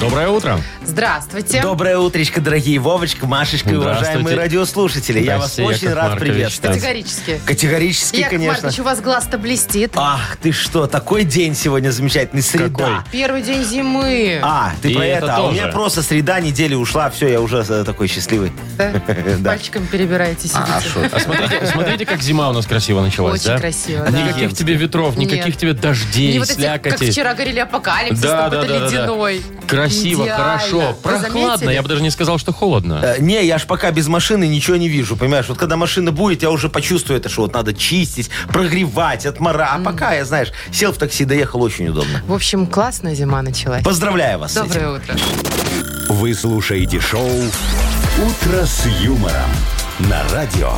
Доброе утро. Здравствуйте. Доброе утречко, дорогие Вовочка, Машечка и Здравствуйте. уважаемые радиослушатели. Я вас Здрасте, очень Яков рад Маркович. приветствовать. Категорически. Категорически, Яков конечно. Маркович, у вас глаз-то А, блестит. Ах, ты что, такой день сегодня замечательный, среда. Какой? Первый день зимы. А, ты И про это это. А у меня тоже. просто среда недели ушла, все, я уже э, такой счастливый. Да? Пальчиками перебираете, сидите. А смотрите, смотрите, как зима у нас красиво началась, Очень да? красиво, да. Никаких тебе ветров, никаких Нет. тебе дождей, Не вот эти, как слякотей. вчера говорили, апокалипсис, Да, там да, это да, да, да. ледяной. Красиво, Идеально. хорошо, Вы прохладно. заметили? Я бы даже не сказал, что холодно. Э, Не, я ж пока без машины ничего не вижу, понимаешь? Вот когда машина будет, я уже почувствую это, что вот надо чистить, прогревать от мора. А пока я, знаешь, сел в такси, доехал очень удобно. В общем, классная зима началась. Поздравляю вас с этим. Доброе утро. Вы слушаете шоу «Утро с юмором» на радио.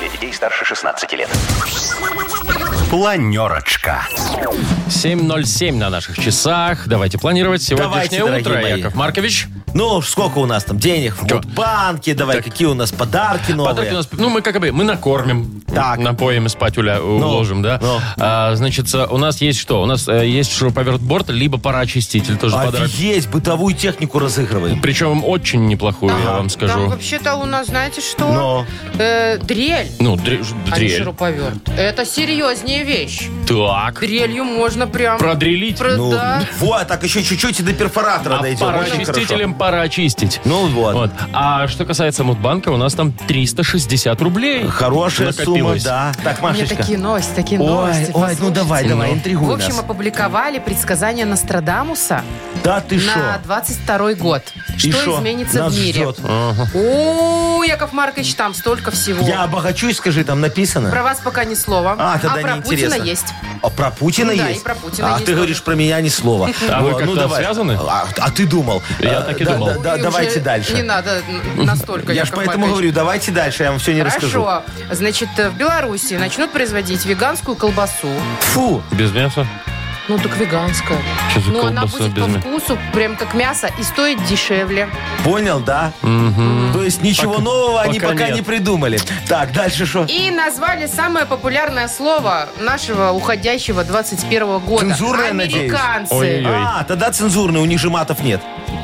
Для детей старше 16 лет. Планерочка. 7.07 на наших часах. Давайте планировать Давайте, сегодняшнее дорогие утро, мои. Яков Маркович. Ну, сколько у нас там денег в Чё? банке, давай, какие у нас подарки новые. Подарки у нас- ну, мы как бы, мы накормим, Так. напоим и спать уля- уложим, да? ну. А, значит, у нас есть что? У нас э, есть шуруповерт-борт, либо параочиститель, тоже подарок. Офигеть, А бытовую технику разыгрываем. Причем очень неплохую, я вам Там скажу. вообще-то у нас, знаете что? Но. Э, дрель. Ну, дре- ж- а не дрель. шуруповерт. Это серьезнее вещь. Так. Дрелью можно прям... Продрелить. Про- Ну, да. вот, так еще чуть-чуть и до перфоратора А дойдем. Очень хорошо. параочистителем пора очистить. Ну вот. Вот. А что касается Мудбанка, у нас там 360 рублей. Хорошая сумма, накопилось. да. Так, У меня Машечка. такие новости, такие Ой, новости. ой, ну послушайте. давай, давай, Ну. интригуй В общем, нас. опубликовали предсказание Нострадамуса Да ты на шо? 22 год. Что И шо? изменится Нас в мире? ждет. О, Яков Маркович, там столько всего. Я обогачусь, скажи, там написано? Про вас пока ни слова. А, тогда про неинтересно. Путина есть. А про Путина Да, и есть? про Путина а есть ты тоже. говоришь про меня ни слова. А вы Вот, как-то связаны? А, а ты думал. Я А, так и да, думал. да, да, Ой, давайте уже Не дальше. надо н- настолько, Я же Яков поэтому Маркович. говорю, давайте дальше, я вам все не расскажу. Хорошо. Значит, э, в Беларуси начнут производить веганскую колбасу. Фу, Без мяса? Ну, так веганская. Что за Ну, она колбаса будет без по мяса? вкусу прям как мясо и стоит дешевле. понял, да? То есть ничего нового они пока пока нет. не придумали. Так, дальше что? И назвали самое популярное слово нашего уходящего 21 года. Цензурное, надеюсь? Американцы. Ой-ой-ой. А, тогда цензурный, у них же матов нет.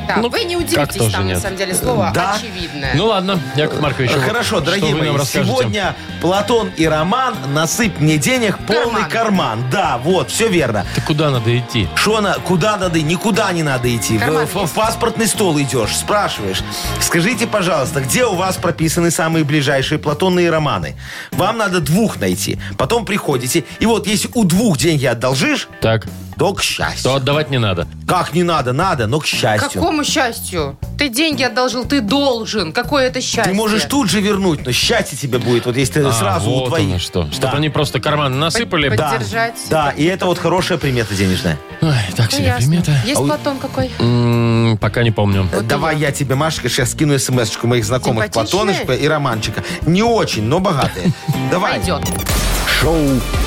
Так, Ну, вы не как удивитесь, тоже там нет. на самом деле слово Да? очевидное. Ну ладно, Яков Маркович. вот Хорошо, что дорогие вы нам мои, расскажете? сегодня Платон и Роман «Насыпь мне денег, полный Карман. карман». Да, вот, все верно. Ты куда надо идти? Шо на, куда надо, никуда не надо идти. В, Карман в- есть. в паспортный стол идешь, спрашиваешь. Скажите, пожалуйста, где у вас прописаны самые ближайшие платонные романы? Вам надо двух найти. Потом приходите. И вот, если у двух деньги одолжишь, Так, то к счастью. то отдавать не надо. Как не надо, надо, но к счастью. Какому счастью? Ты деньги одолжил, ты должен. Какое это счастье? Ну, Ты можешь тут же вернуть, но счастье тебе будет, вот если ты А, сразу вот у твоих. оно что. Чтобы Да. они просто карман насыпали. Да. Да. Поддержать. Да, и это вот хорошая примета денежная. Ой, так Ну, себе ясно. примета. Есть А у- Платон какой? М, Пока не помню. Давай я тебе, Машечка, сейчас скину смс моих знакомых Симпатичные? Платоночка и Романчика. Не очень, но богатые. Давай. Пойдет. Шоу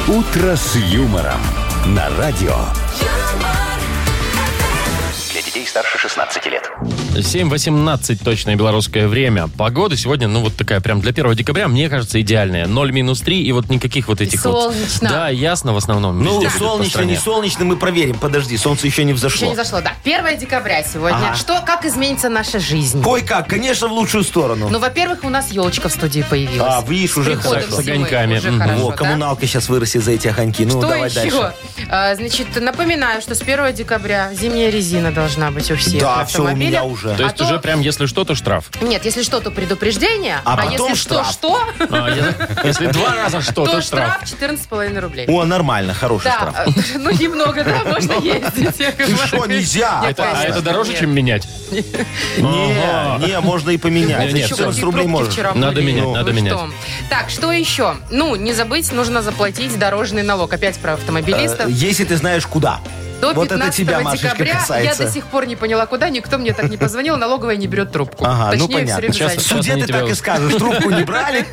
«Утро с юмором» на радио. Для детей старше 16 лет. 7.18 точное белорусское время. Погода сегодня, ну, вот такая прям для 1 декабря, мне кажется, идеальная. 0 минус 3 и вот никаких вот этих вот... солнечно. Да, ясно в основном. Ну, везде будет по солнечно, стране. не солнечно, мы проверим. Подожди, солнце еще не Еще взошло. не зашло, да. 1 декабря сегодня. Ага. Что, как изменится наша жизнь? Ой, как, конечно, в лучшую сторону. Ну, во-первых, у нас елочка в студии появилась. А, видишь, уже Приходом хорошо. С огоньками. Уже Мгм. хорошо, Во, да? коммуналка сейчас вырастет за эти огоньки. Ну, Что давай еще? дальше. А, значит, напоминаю, что с 1 декабря зимняя резина должна быть у всех Да, все у автомобилей. меня уже. То А есть то- уже прям, если что, то штраф. Нет, если что, то предупреждение. А А, потом если штраф. что, что, А, я- Если два раза что, то то штраф. штраф 14,5 рублей. О, нормально, хороший штраф. Да, э, ну немного, да, можно ездить. Яков Ты что, Маркович. нельзя? Нет, Это- А конечно. это дороже, Нет. чем менять? Ага. Не, не, можно и поменять. Нет, нет, За Еще 14 какие А рублей пробки можно. вчера Надо были. менять, Вы надо что? менять. Так, что еще? Ну, не забыть, нужно заплатить дорожный налог. Опять про автомобилистов. Э, Если ты знаешь, куда. До Вот это 15 тебя, Машечка, декабря касается. я до сих пор не поняла, куда. Никто мне так не позвонил, налоговая не берет трубку. Ага, ну Точнее, понятно. все время Сейчас- занята. В суде они ты тебя так и вот- скажешь. Трубку не брали?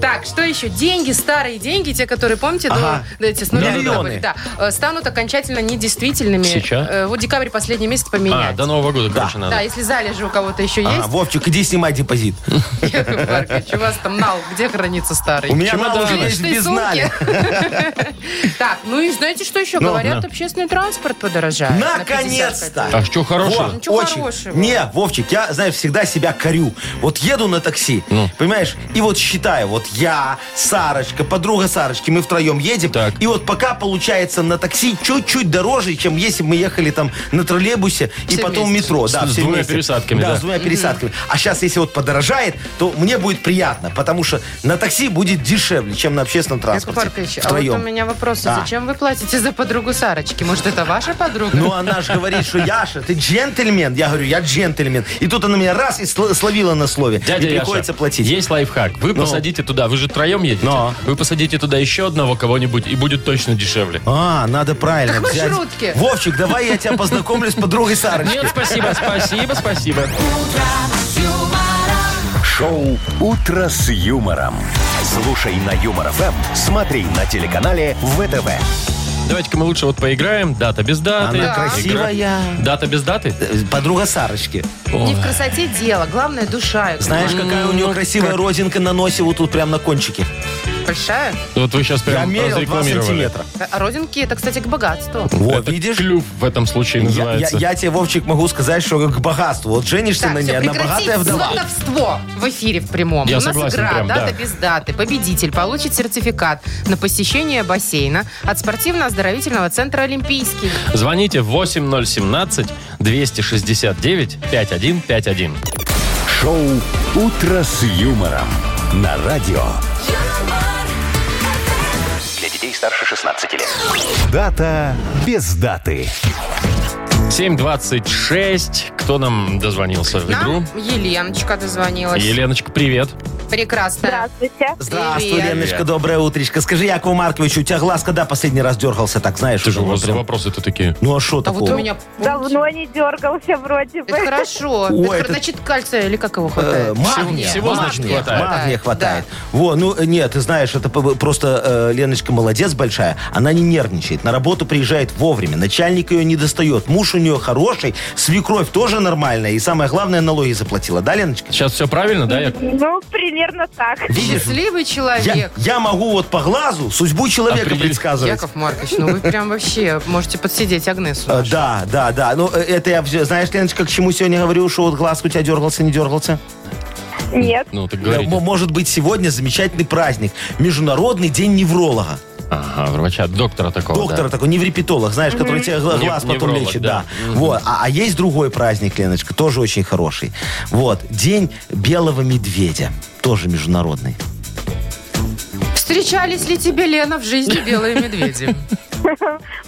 Так, что еще? Деньги, старые деньги, те, которые, помните, до- Ага. до эти с нуля Миллионы. туда были, да, э, станут окончательно недействительными. Сейчас? Э, Вот декабрь последний месяц поменять. А, до Нового года, короче, Да, надо. если залежи у кого-то еще Ага, Вовчик, иди снимай депозит. есть, Яков Маркович, у вас там нал, где хранится старый? У меня Чемодан. мало В есть личной без сумке. нали. Так, ну и знаете, что еще говорят? Общественный транспорт подорожает. на 50 Наконец-то! копеек. А что хорошего? Вот, Ничего очень. хорошего. Не, Вовчик, я, знаешь, всегда себя корю. Вот еду на такси, Ну. понимаешь, и вот считаю, вот я, Сарочка, подруга Сарочки, мы втроем едем, Так. и вот пока получается на такси чуть-чуть дороже, чем если бы мы ехали там на троллейбусе и Все потом вместе. метро. да, с все двумя вместе. пересадками, да. с двумя пересадками. А сейчас, если вот подорожает, то мне будет приятно, потому что на такси будет дешевле, чем на общественном Яков транспорте. Маркович, а вот втроем. у меня вопрос. а А. Зачем вы платите за подругу Сарочки? Может, это ваша подруга? Ну, она же говорит, что Яша, ты джентльмен. Я говорю, я джентльмен. И тут она меня раз и сл- словила на слове. Дядя и Яша, приходится платить. Ну. есть лайфхак. Вы посадите туда, вы же троем едете. Но. Вы посадите туда еще одного кого-нибудь, и будет точно дешевле. А, надо правильно Какой взять. шутки? Вовчик, давай я тебя познакомлю с подругой Сарочкой. Нет, спасибо, спасибо, спасибо. Шоу «Утро с юмором». Слушай на Юмор ФМ, смотри на телеканале ВТВ. Давайте-ка мы лучше вот поиграем. Дата без даты. Она Игра- красивая. Дата без даты? Э, Подруга Сарочки. Не в красоте дело, главное душа. Яков Знаешь, какая у нее красивая родинка на носе вот тут прям на кончике? Маркович. большая. Вот вы сейчас Я прям мерил 2 разрекламировали. сантиметра. А родинки, это, кстати, к богатству. Вот, Это видишь? клюв в этом случае Я, я- называется. я тебе, Вовчик, могу сказать, что к богатству. Вот женишься Так, на ней, все, она богатая прекратить вдова. сватовство в эфире в прямом. Я У нас согласен игра прям, «Дата да. без даты». Победитель получит сертификат на посещение бассейна от спортивно-оздоровительного центра «Олимпийский». Звоните 8017-269-5151. Шоу «Утро с юмором» на радио. Для детей старше 16 лет. Дата без даты. 726. Кто нам дозвонился в игру? Нам Еленочка дозвонилась. Еленочка, привет. Прекрасно. Здравствуйте. Здравствуй, Привет. Леночка, доброе утречко. Скажи, Якову Марковичу, у тебя глаз когда последний раз дергался, так знаешь? Ты же у чтобы вас за прям- вопросы-то такие. Ну а А что вот такого? у меня... Давно не дергался вроде бы. Это хорошо. Ой, это, это- значит, кальция или как его Э, хватает? Магния, всего, магния, значит, хватает. магния Да. хватает. Во, ну э, нет, ты знаешь, это п- просто э, Леночка молодец большая. Она не нервничает, на работу приезжает вовремя, начальник ее не достает, муж у нее хороший, свекровь тоже нормальная и самое главное налоги заплатила, да, Леночка? Сейчас все правильно, да? Я... Ну, примерно так. Видишь, Счастливый я, человек. я могу вот по глазу судьбу человека Определить. предсказывать. Яков Маркович, ну вы прям вообще можете подсидеть Агнесу. Э, нашу. Да, да, да. Ну, э, это я, все- знаешь, Леночка, к чему сегодня говорю, что вот глаз у тебя дергался, не дергался? Нет. Ну, так Э, м- говорите. Может быть, сегодня замечательный праздник. Международный день невролога. Ага, врача, доктора такого, Доктора да. такой, неврепетолог, знаешь, который тебе гла- Нев- глаз потом невролог, лечит. да. Да. Вот. А, а есть другой праздник, Леночка, тоже очень хороший. Вот. День белого медведя. Тоже международный. Встречались ли тебе, Лена, в жизни белые медведи?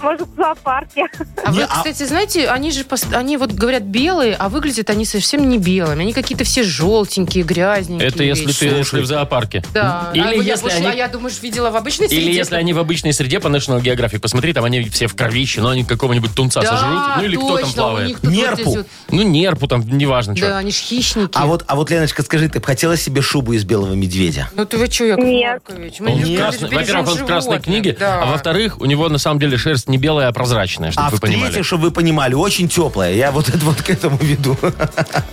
Может, в зоопарке. А Не, вы, а- кстати, знаете, они же, пос- они вот говорят белые, а выглядят они совсем не белыми. Они какие-то все желтенькие, грязненькие. Это если ты Слушай. если в зоопарке. Да. А Или я если больше- они... а я, думаешь, видела в обычной Или среде. если они в обычной среде по National Geographic, посмотри, там они все в кровище, но они какого-нибудь тунца Да, сожрут, ну или кто там точно, у плавает. них тут вот Нерпу. здесь вот- Ну, нерпу там, неважно, что. Да, они ж хищники. А вот, а вот, Леночка, скажи, ты бы хотела себе шубу из белого медведя? Ну ты вы что, Яков Нет. Маркович? Он Мы в красной- же бережем Во-первых, он в красной животных. книге, Да. а во-вторых, у него на самом деле шерсть не белая, а прозрачная, чтобы а вы понимали. в-третьих, чтобы вы понимали, очень теплая. Я вот это вот к этому веду.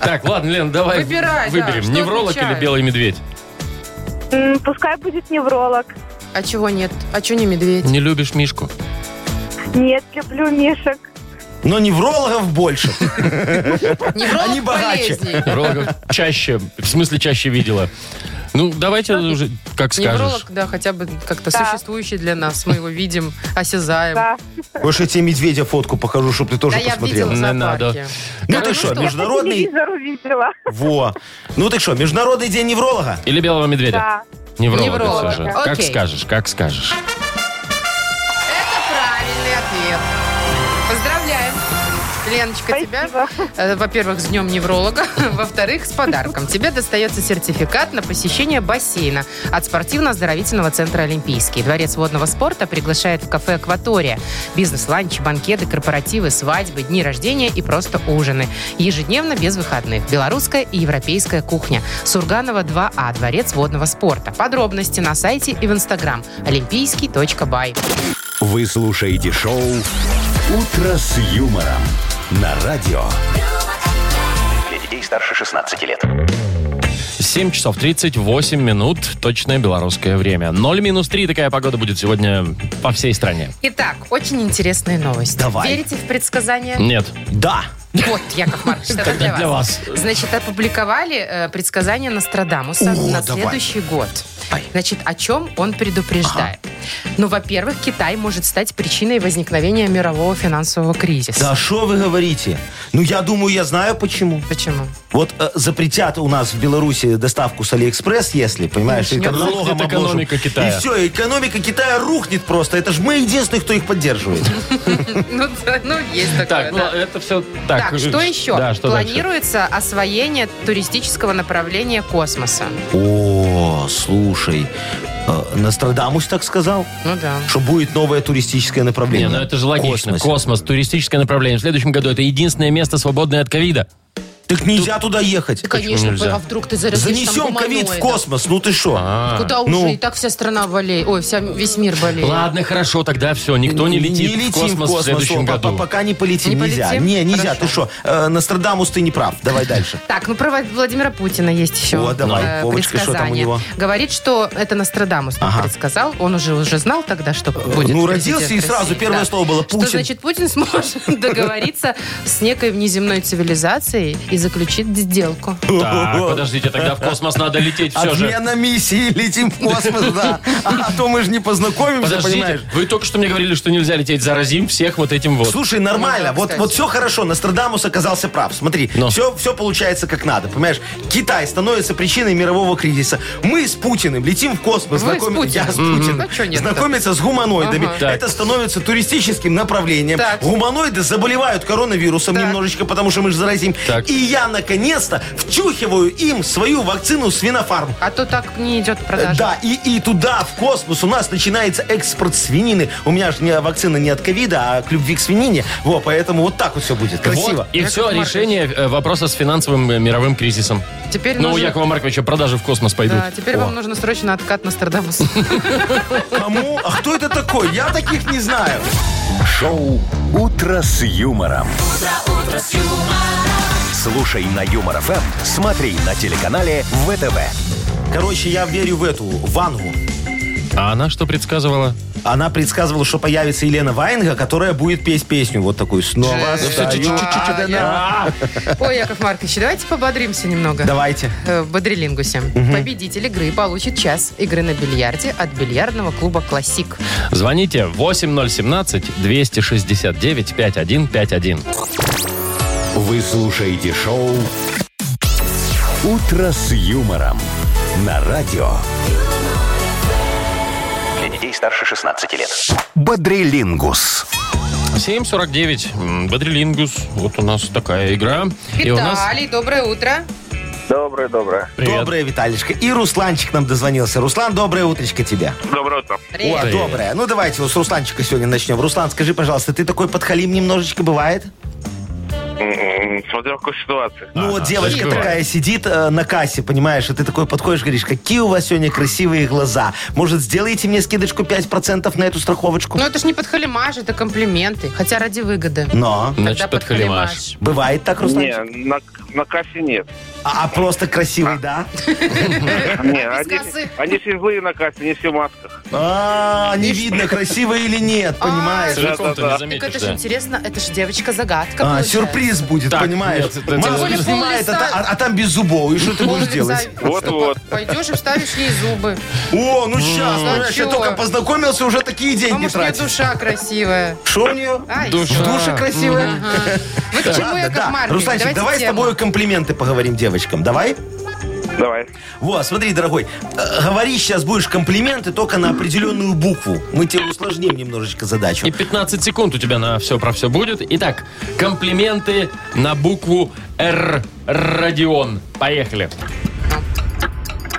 Так, ладно, Лен, давай Выбирай, да, выберем. что Невролог отвечаешь? или белый медведь? М, Пускай будет невролог. А чего нет? А чего не медведь? Не любишь Мишку? Нет, люблю мишек. Эм, Но неврологов больше. Невролог Они богаче. полезней. Неврологов чаще, в смысле чаще видела. Ну, давайте уже, как скажешь. Невролог, да, хотя бы как-то Да. существующий для нас. Мы его видим, осязаем. Да. Больше я тебе медведя фотку покажу, чтобы ты тоже Да, я посмотрела. видела в Не надо. зоопарке. Ну Короче, ты что, что? По международный... телевизору видела. Во. Ну так что, Международный день невролога? Или белого медведя? Да. Невролог, Невролога. всё же. Как Окей. скажешь, как скажешь. Это правильный ответ. Поздравляем. Леночка, тебя, Спасибо. э, во-первых, с днем невролога, во-вторых, с подарком. Тебе достается сертификат на посещение бассейна от спортивно-оздоровительного центра «Олимпийский». Дворец водного спорта приглашает в кафе «Акватория». Бизнес-ланчи, банкеты, корпоративы, свадьбы, дни рождения и просто ужины. Ежедневно без выходных. Белорусская и европейская кухня. Сурганова 2А. Дворец водного спорта. Подробности на сайте и в инстаграм олимпийский.бай. Вы слушаете шоу «Утро с юмором» на радио. Для детей старше 16 лет. 7 часов 38 минут, точное белорусское время. 0 минус 3, такая погода будет сегодня по всей стране. Итак, очень интересная новость. Давай. Верите в предсказания? Нет. Да. Вот, Яков Маркович, это Тогда для, для вас. вас. Значит, опубликовали э, предсказание Нострадамуса О, на давай. следующий год. Ай. Значит, о чем он предупреждает? Ну, во-первых, Китай может стать причиной возникновения мирового финансового кризиса. Да что вы говорите? Ну, я думаю, я знаю почему. Почему? Вот э, запретят у нас в Беларуси доставку с Алиэкспресс, если, понимаешь, Начнёт интернет рухнет там обложим. экономика Китая. И все, экономика Китая рухнет просто. Это же мы единственные, кто их поддерживает. Ну, да, ну, есть такое, Так, ну да. э, это все так. Так, что еще? Да, что дальше? Планируется освоение туристического направления космоса. О, слушай, э, Нострадамус так сказал, Ну да. что будет новое туристическое Не, направление. ну это же логично. Космос. Космос. туристическое направление. В следующем году это единственное место, свободное от ковида. Так нельзя туда ехать. Ты, конечно, нельзя? а вдруг ты заразишь там Занесем ковид в гуманоидов? космос, ну ты что? А. Куда ну. уже и так вся страна болеет. Ой, вся, весь мир болеет. Ладно, хорошо, тогда все, никто не летит в, летим космос в следующем о, по- году. по- Пока не полетим, Не нельзя. полетим? Не, нельзя, Хорошо. ты что? Э, Нострадамус, ты не прав. Давай дальше. Так, ну про Влад- Владимира Путина есть еще О, давай, э, Вовочка, что там у предсказание. него? Говорит, что это Нострадамус нам Ага. предсказал. Он уже уже знал тогда, что будет. ну, президент родился, и сразу первое слово было «Путин». Что значит Путин сможет договориться с некой внеземной цивилизацией и заключить сделку. Так, подождите, тогда в космос надо лететь все же. Отмена миссии, летим в космос, да. А то мы же не познакомимся, Подождите, понимаешь? вы только что мне говорили, что нельзя лететь, заразим всех вот этим вот. Слушай, нормально, Ну да, вот, кстати. вот все хорошо, Нострадамус оказался прав. Смотри, Но. все, все получается как надо, понимаешь? Китай становится причиной мирового кризиса. Мы с Путиным летим в космос, Вы с знакоми- Путиным? я с Мгм. Путиным, Ну, чё нет-то? знакомиться с гуманоидами. Так. Это становится туристическим направлением. Так. Гуманоиды заболевают коронавирусом Так. немножечко, потому что мы же заразим. Так. И я, наконец-то, вчухиваю им свою вакцину свинофарм. А то так не идет продажа. Да, и, и туда, в космос, у нас начинается экспорт свинины. У меня же не, вакцина не от ковида, а к любви к свинине. Во, поэтому вот так вот все будет. Красиво. И Яков все, Маркович. решение э, вопроса с финансовым э, мировым кризисом. Теперь Ну, у нужно- Якова Марковича продажи в космос пойдут. Да, А, теперь вам нужно срочно откат Нострадамуса. Кому? А кто это такой? Я таких не знаю. Шоу «Утро с юмором». Слушай на Юмор ФМ, смотри на телеканале ВТВ. Короче, я верю в эту, Вангу. А она что предсказывала? Она предсказывала, что появится Елена Ваенга, которая будет петь песню вот такую. Снова всё, встаю. чуть-чуть, Ой, Яков Маркович, давайте пободримся немного. Давайте. э, в Бодрилингусе. Победитель игры получит час игры на бильярде от бильярдного клуба «Классик». Звоните 8017-269-5151. Вы слушаете шоу «Утро с юмором» на радио Для детей старше 16 лет. «Бодрилингус». 749. М, Бодрилингус. Вот у нас такая игра. И у нас... Виталий, доброе утро. Доброе-доброе. Привет. Доброе, Виталичка. И Русланчик нам дозвонился. Руслан, доброе утречко тебе. Доброе утро. Привет. О, Привет. доброе. Ну, давайте вот с Русланчика сегодня начнем. Руслан, скажи, пожалуйста, ты такой подхалим немножечко бывает? М-м, Смотря в какой ситуации. Ну вот девочка А, бывает. такая сидит э, на кассе, понимаешь, и ты такой подходишь, говоришь, какие у вас сегодня красивые глаза. Может, сделаете мне скидочку 5% на эту страховочку? Ну, это ж не подхалимаж, это комплименты. Хотя ради выгоды. Но. Значит, Тогда подхалимаш. подхалимаш. Бывает так, Не, Русланчик? на, на кассе нет. А, а просто красивый, да? Не, Без они, кассы. они все злые на кассе, они все в масках. А, не видно, красивый или А, нет, понимаешь? Целиком-то не Да-да-да. ну, Так заметишь, это же да. интересно, это же девочка-загадка. А, получается. сюрприз будет, Так, понимаешь? нет, это- Маску Тем более снимает, полулиста. а, та- а- а там без зубов. И что ты будешь Может, делать? за- Вот-вот. Пойдешь и вставишь ей зубы. О, ну сейчас, понимаешь, я чё? только познакомился, уже такие А деньги может, у неё тратить. душа красивая. Что у нее? Ай. Душа. В душе красивая? Вы к чему, Ладно, Яков да. Маркович? Русланчик, Давайте давай с тему. тобой комплименты поговорим девочкам. Давай? Давай. Вот, смотри, дорогой, э, говори сейчас будешь комплименты только на определенную букву. Мы тебе усложним немножечко задачу. И 15 секунд у тебя на все про все будет. Итак, комплименты на букву Р. Родион. Поехали.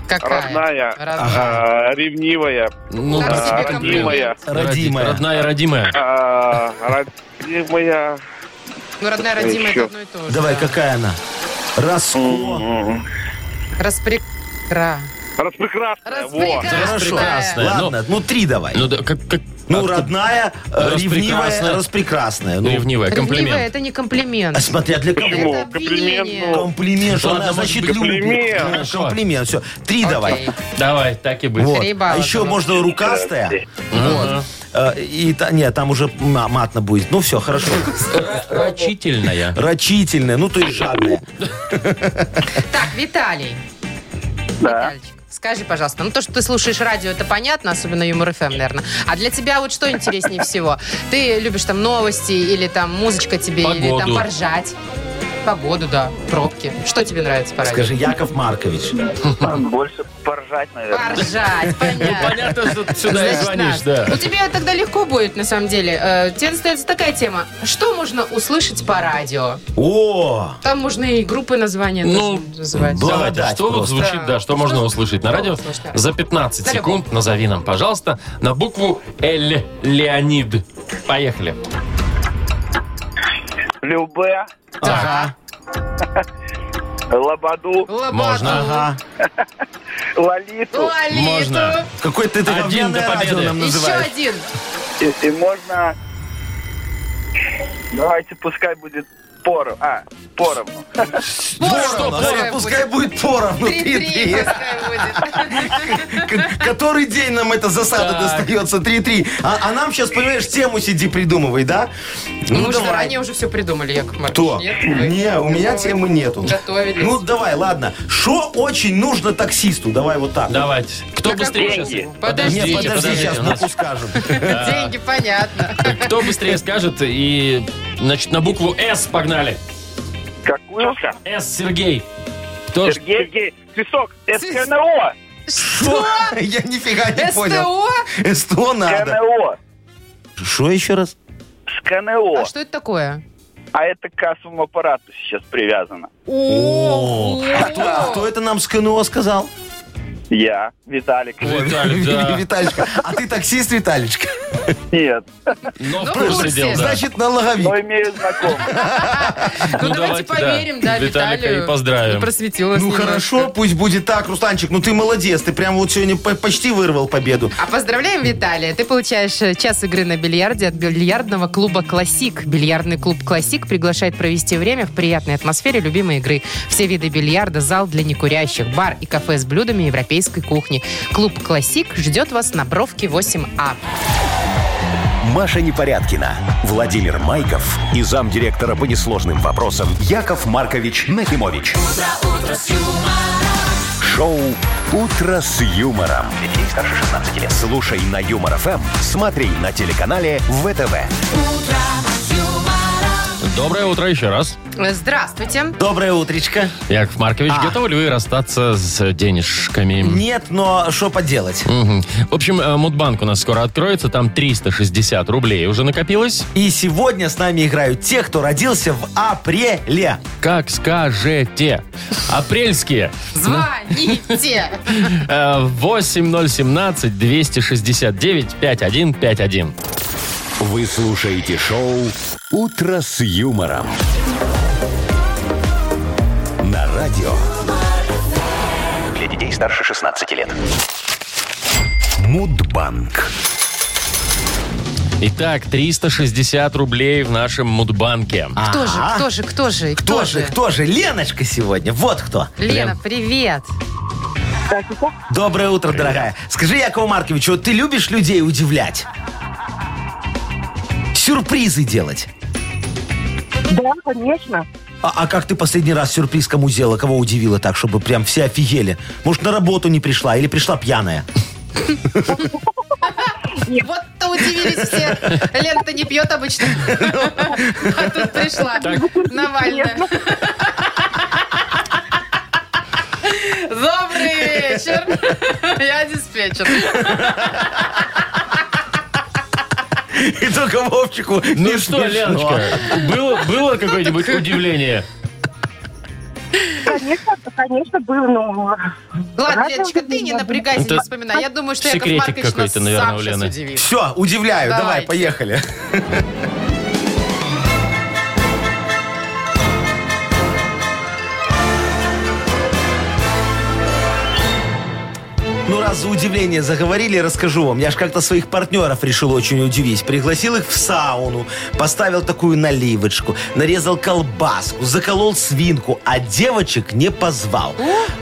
Какая? Родная. А, Родная. А, ревнивая. а, Ну, Как да, тебе комплимент. комплимент? Родимая. Роди- Родная, родимая. А, родимая. Ну, родная, родимая, это Еще. одно и то же. Давай, да. какая она? Раско. Распрекра. Распрекрасная. Во. Распрекрасная. Хорошо. Красная, Ладно, ну три давай. Ну, да, как, как- Ну, как- родная, э, Распрекрасная. ревнивая, распрекрасная. Ну, ревнивая, Ревнивая комплимент. это не комплимент. а смотря для кого. Почему? Это обвинение. Комплимент, ну. Комплимент, что Ладно, она, может значит, быть, любит. комплимент. Ну, Хорошо. Комплимент, все. Три давай. Окей. Давай, так и быть. Вот. Три балла А еще было. можно рукастая. Ага. э, И та- нет, там уже ма- матно будет. Ну все, хорошо. Рачительная. Рачительная, ну то есть жадная. Так, Виталий. Витальчик, Скажи, пожалуйста, ну то, что ты слушаешь радио, это понятно, особенно Юмор ФМ, наверное. А для тебя вот что интереснее всего? Ты любишь там новости или там музычка тебе, или там Погоду. поржать? Погоду, да, пробки. Что тебе нравится по радио? Скажи, Яков Маркович. Больше поржать, наверное. Поржать, понятно. Понятно, что ты сюда и Значит, звонишь, нас. да. Ну, тебе тогда легко будет, на самом деле. Э, Тебе остается такая тема. Что можно услышать по радио? О, Там можно и группы названия Ну, тоже называть. бл- Давайте, Благодать что вот просто. звучит, да, что можно услышать на радио? Слушай, да. За 15 За секунд назови нам, пожалуйста, на букву Л. Леонид. Поехали. Любе. Да. А, Лободу. Лободу. Можно. ага. Лолиту. Лолиту. Можно. Какой ты это Один говняное до победы. радио нам Еще называешь. один. И, и можно... Давайте, пускай будет пору. А, поровну. Поровну, Поровну да, пускай будет поровну. Три-три Три-три. пускай будет. К- Который день нам эта засада достается? 3-3. А, а нам сейчас, понимаешь, тему сиди придумывай, да? Ну, что, ранее уже все придумали, Яков Маркович. Кто? Нет, вы. Не, у меня Ну, вы темы нету. Готовились. Ну, давай, ладно. Что очень нужно таксисту? Давай вот так. Давайте. Кто быстрее сейчас? деньги? Подождите, Не, подождите, подожди, сейчас у нас букву скажем. Деньги, понятно. Кто быстрее скажет и, значит, на букву С погнали. Какую? С, Сергей. Кто ж- Сергей. Сергей. Песок. СКНО. Что? Я нифига не понял. СТО? СТО надо. СКНО. Что еще раз? СКНО. А что это такое? А это к кассовому аппарату сейчас привязано. О, Ну, а кто, а кто это нам с КНО сказал? Я, Виталик. Виталик, да. Виталичка. А ты таксист, Виталичка? Нет, Но Ну, в курсе курсе. дел, да. Значит, налоговик. но имею знакомых. Ну, давайте поверим, да, Виталика Виталию. и поздравим. Просветилась Ну немножко. хорошо, пусть будет так, Русланчик. Ну ты молодец, ты прям вот сегодня по- почти вырвал победу. А поздравляем, Виталия. Ты получаешь э, час игры на бильярде от бильярдного клуба «Классик». Бильярдный клуб «Классик» приглашает провести время в приятной атмосфере любимой игры. Все виды бильярда, зал для некурящих, бар и кафе с блюдами европейской кухни. Клуб «Классик» ждет вас на Бровке А. 8А. Маша Непорядкина, Владимир Майков и замдиректора по несложным вопросам Яков Маркович Нахимович. Шоу Утро с юмором. Для детей старше 16 лет. Слушай на юмор ФМ, смотри на телеканале ВТВ. Доброе утро еще раз. Э, Здравствуйте. Доброе утречко. Яков Маркович, А. готовы ли вы расстаться с денежками? Нет, но что поделать? Мгм. В общем, э, Мудбанк у нас скоро откроется, там 360 рублей уже накопилось. И сегодня с нами играют те, кто родился в апреле. Как скажете. Апрельские. Звоните. Э, 8017 269 5151. Вы слушаете шоу Утро с юмором. На радио Для детей старше 16 лет. Мудбанк. Итак, 360 рублей в нашем Мудбанке. Кто же, Ага. кто же, кто же, А? Кто же, кто же? Леночка сегодня. Вот кто. Лена, привет. Доброе утро, дорогая. Скажи, Якову Марковичу, вот ты любишь людей удивлять? Сюрпризы делать. Да, конечно. А, а как ты последний раз сюрприз кому сделала? Кого удивила так, чтобы прям все офигели? Может, на работу не пришла или пришла пьяная? Вот-то удивились все. Лента не пьет обычно. А тут пришла Навальная. вечер. Я диспетчер. И только Вовчику Ну что, Леночка, было, было какое-нибудь удивление? Конечно, конечно, был, но... Ладно, Ладно, Леночка, ты не ладно. напрягайся, не Это вспоминай. Я думаю, что Яков секретик Маркович нас какой-то, наверное, сам у сейчас Лены. удивит. Все, удивляю, давай, Давайте. поехали. Ну, раз за удивление заговорили, расскажу вам. Я ж как-то своих партнеров решил очень удивить. Пригласил их в сауну, поставил такую наливочку, нарезал колбаску, заколол свинку, а девочек не позвал.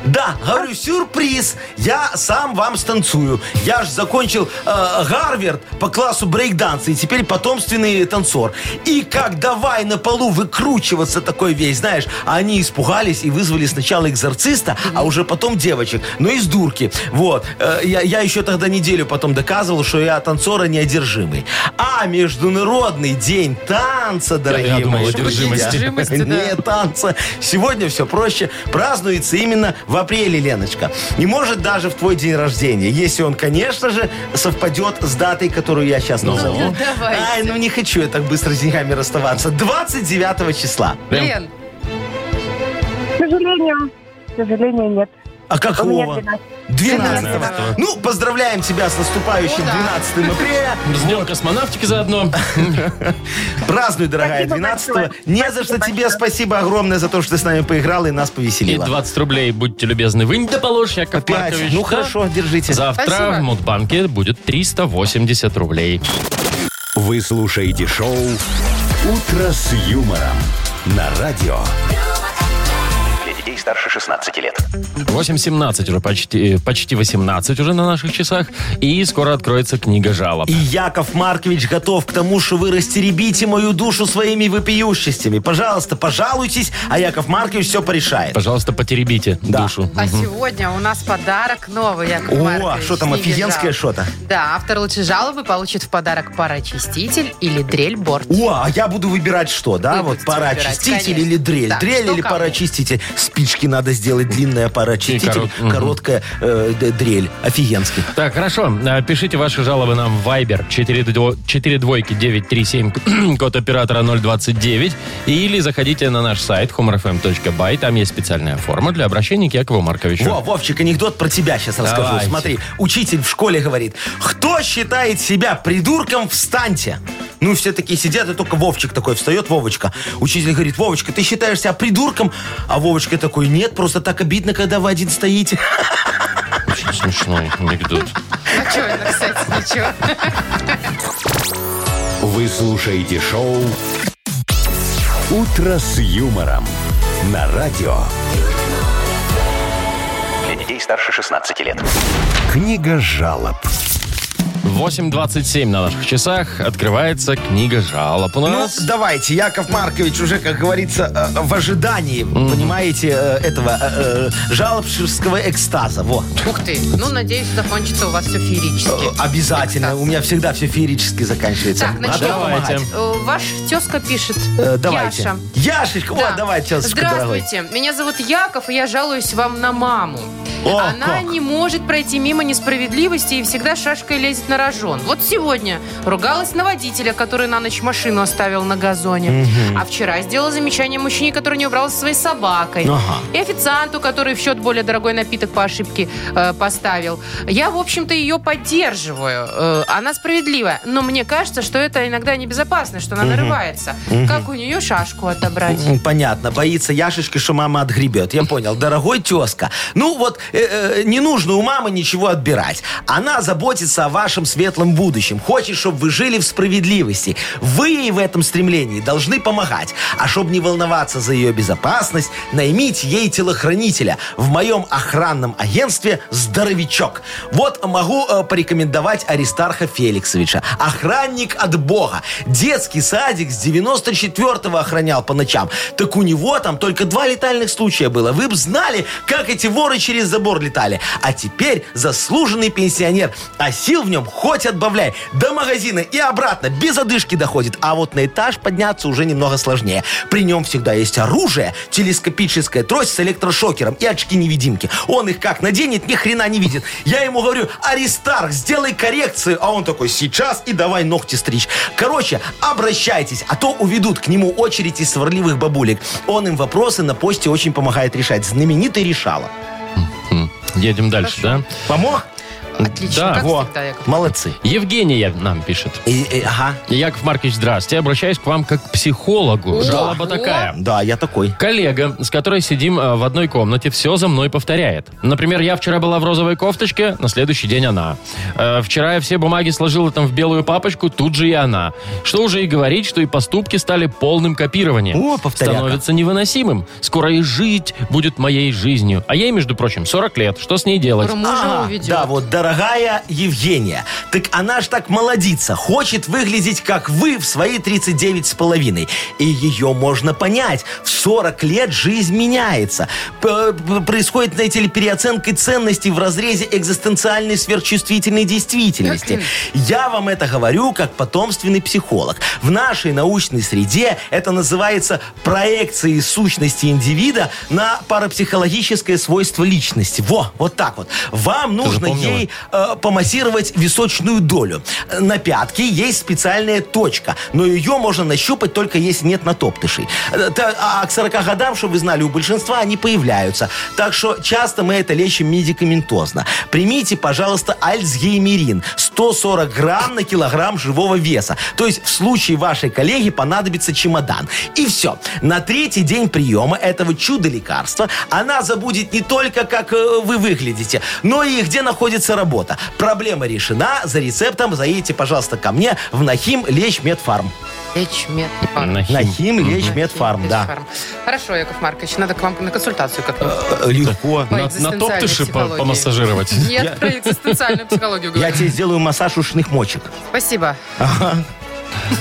Да, говорю, сюрприз. Я сам вам станцую. Я ж закончил э, Гарвард по классу брейкданса и теперь потомственный танцор. И как давай на полу выкручиваться такой весь, знаешь, а они испугались и вызвали сначала экзорциста, а уже потом девочек. Ну, из дурки. Вот. Э, Я, я еще тогда неделю потом доказывал, что я танцора неодержимый. А Международный день танца, дорогие думал, мои. одержимости. Какой одержимости, да. Нет, танца. Сегодня все проще. Празднуется именно в апреле, Леночка. Не может даже в твой день рождения, если он, конечно же, совпадет с датой, которую я сейчас назову. ну, давайте. Ай, ну не хочу я так быстро с деньгами расставаться. 29 числа. Прям- Лен, К сожалению, к сожалению, нет. А какого? У меня 12. 12 Ну, поздравляем тебя с наступающим Ну да. 12 апреля. С днем космонавтики заодно. Празднуй, дорогая, Спасибо 12 большое. Не за что Спасибо тебе большое. спасибо огромное за то, что ты с нами поиграла и нас И повеселила. 20 рублей, будьте любезны, вынь да положь, Яков Опять. Маркович. Ну Да. хорошо, держите. Завтра Спасибо. в Мудбанке будет 380 рублей. Вы слушаете шоу «Утро с юмором» на радио. Для детей старше 16 лет. 8.17 уже, почти, э, почти 18 уже на наших часах. И скоро откроется книга жалоб. И Яков Маркович готов к тому, что вы растеребите мою душу своими вопиющестями. Пожалуйста, пожалуйтесь, а Яков Маркович все порешает. Пожалуйста, потеребите Да. душу. а сегодня у нас подарок новый, Яков О, Маркович, что там, не офигенское бежал. что-то? Да, автор лучшей жалобы получит в подарок парочиститель или дрель-борт. О, а я буду выбирать что, да? Вы вот будете выбирать, пароочиститель конечно. или дрель? Так, дрель что или кому? пароочиститель? Спички надо сделать, длинная пароочиститель, корот- мгм. короткая э, д- дрель. Офигенский. Так, хорошо. А, Пишите ваши жалобы нам в Viber 4 двойки 937, код оператора 029. Или заходите на наш сайт humorfm.by. Там есть специальная форма для обращения к Якову Марковичу. Во, Вовчик, анекдот про тебя сейчас расскажу. Давайте. Смотри, учитель в школе говорит, кто считает себя придурком, встаньте. Ну, все такие сидят, и только Вовчик такой встает, Вовочка. Учитель говорит, Вовочка, ты считаешь себя придурком? А Вовочка такой, нет, просто так обидно, когда вы один стоите. Очень смешной анекдот. А что это, кстати, ничего? Вы слушаете шоу «Утро с юмором» на радио. Для детей старше 16 лет. Книга жалоб. 8.27 на наших часах открывается книга жалоб у Ну, нас. давайте, Яков Маркович уже, как говорится, э, в ожидании, понимаете, э, этого э, э, жалобшевского экстаза. Во. Ух ты. Ну, надеюсь, закончится у вас все Э, феерически. Обязательно. Экстаз. У меня всегда все феерически заканчивается. Так, Надо начнем. помогать. Давайте. Э, Ваш тезка пишет. Э, Давайте. Яша. Яшечка, Да. вот, давай, тезочка, дорогой. Здравствуйте, меня зовут Яков, и я жалуюсь вам на маму. О, Она как. не может пройти мимо несправедливости и всегда шашкой лезет на рожон. Вот сегодня ругалась на водителя, который на ночь машину оставил на газоне. А вчера сделала замечание мужчине, который не убрал со своей собакой. Ага. И официанту, который в счет более дорогой напиток по ошибке э, поставил. Я, в общем-то, ее поддерживаю. Э, она справедлива. Но мне кажется, что это иногда небезопасно, что она нарывается. Как у нее шашку отобрать? М, Понятно, боится Яшечки, что мама отгребет. Я понял. Дорогой тезка, ну вот э, э, не нужно у мамы ничего отбирать. Она заботится о вашем светлом будущем. Хочет, чтобы вы жили в справедливости. Вы ей в этом стремлении должны помогать. А чтобы не волноваться за ее безопасность, наймите ей телохранителя. В моем охранном агентстве «Здоровичок». Вот могу э, порекомендовать Аристарха Феликсовича. Охранник от бога. Детский садик с 94-го охранял по ночам. Так у него там только два летальных случая было. Вы бы знали, как эти воры через забор летали. А теперь заслуженный пенсионер. А сил в нем хоть отбавляй. До магазина и обратно без одышки доходит. А вот на этаж подняться уже немного сложнее. При нем всегда есть оружие, телескопическая трость с электрошокером и очки-невидимки. Он их как наденет, ни хрена не видит. Я ему говорю, Аристарх, сделай коррекцию. А он такой, сейчас и давай ногти стричь. Короче, обращайтесь, а то уведут к нему очередь из сварливых бабулек. Он им вопросы на почте очень помогает решать. Знаменитый решала. Едем дальше, да? Помог? Отлично, Да, как Во, всегда, Яков. молодцы. Евгения нам пишет. И- и- ага. Яков Маркович, здравствуйте. Обращаюсь к вам как к психологу. О, Жалоба о. такая. Да, я такой. Коллега, с которой сидим э, в одной комнате, все за мной повторяет. Например, я вчера была в розовой кофточке, на следующий день она. Э, вчера я все бумаги сложила там в белую папочку, тут же и она. Что уже и говорить, что и поступки стали полным копированием. О, повторяка. Становится невыносимым. Скоро и жить будет моей жизнью. А ей, между прочим, 40 лет. Что с ней делать? Про мужа Ага, уведет. Да, вот дорогая Евгения, так она ж так молодится, хочет выглядеть как вы в свои 39 с половиной. И ее можно понять. В 40 лет жизнь меняется. П- п- Происходит, знаете ли, переоценка ценностей в разрезе экзистенциальной сверхчувствительной действительности. Я вам это говорю как потомственный психолог. В нашей научной среде это называется проекцией сущности индивида на парапсихологическое свойство личности. Во, вот так вот. Вам нужно запомнила? ей э, помассировать височную долю. Э, На пятке есть специальная точка, но ее можно нащупать только если нет натоптышей. Э, та- А к 40 годам, чтобы вы знали, у большинства они появляются. Так что часто мы это лечим медикаментозно. Примите, пожалуйста, альцгеймерин 140 грамм на килограмм живого веса. То есть в случае вашей коллеги понадобится чемодан. И все. На третий день приема этого чуда лекарства она забудет не только, как э, вы выглядите, но и где находится работа. Проблема решена. За рецептом заедете, пожалуйста, ко мне в Нахим Лечь Медфарм. Лечь медпак. Нахим. Нахим Лечь Медфарм, да. Медфарм. Хорошо, Яков Маркович, надо к вам на консультацию как-нибудь. Э, Легко. По На, на экзистенциальной топтыши по- психологии. помассажировать. Нет, про экзистенциальную психологию Э, Я говорю. тебе сделаю массаж ушных мочек. Спасибо.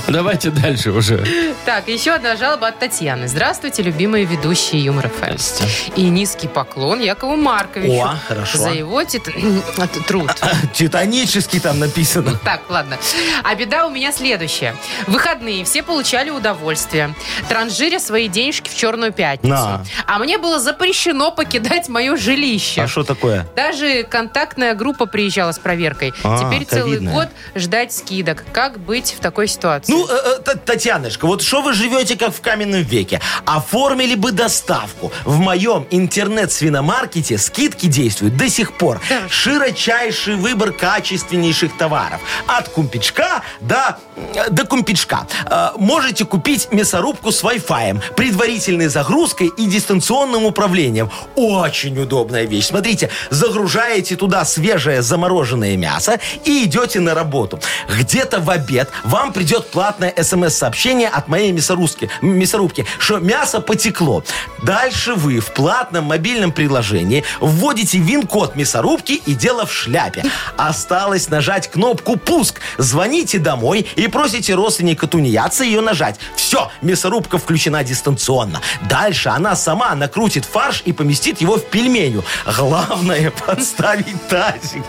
Давайте дальше уже. Так, еще одна жалоба от Татьяны. Здравствуйте, любимые ведущие Юмор ФМ. Здрасте. И низкий поклон Якову Марковичу. О, хорошо. За его тит- от- труд. Титанически там написано. Так, ладно. А беда у меня следующая. В выходные все получали удовольствие, транжиря свои денежки в Черную Пятницу. На. А мне было запрещено покидать мое жилище. А что такое? Даже контактная группа приезжала с проверкой. А, Теперь целый ковидная. год ждать скидок. Как быть в такой ситуации? Ну, э, э, Та- Татьяночка, вот что вы живете как в каменном веке? Оформили бы доставку. В моем интернет-свиномаркете скидки действуют до сих пор. Широчайший выбор качественнейших товаров. От кумпичка до, э, до кумпичка. Э, можете купить мясорубку с Wi-Fi, предварительной загрузкой и дистанционным управлением. Очень удобная вещь. Смотрите, загружаете туда свежее замороженное мясо и идете на работу. Где-то в обед вам придет платное смс-сообщение от моей мясорубки, мясорубки, что мясо потекло. Дальше вы в платном мобильном приложении вводите вин-код мясорубки и дело в шляпе. Осталось нажать кнопку «Пуск». Звоните домой и просите родственника тунеядца ее нажать. Все, мясорубка включена дистанционно. Дальше она сама накрутит фарш и поместит его в пельменю. Главное – подставить тазик.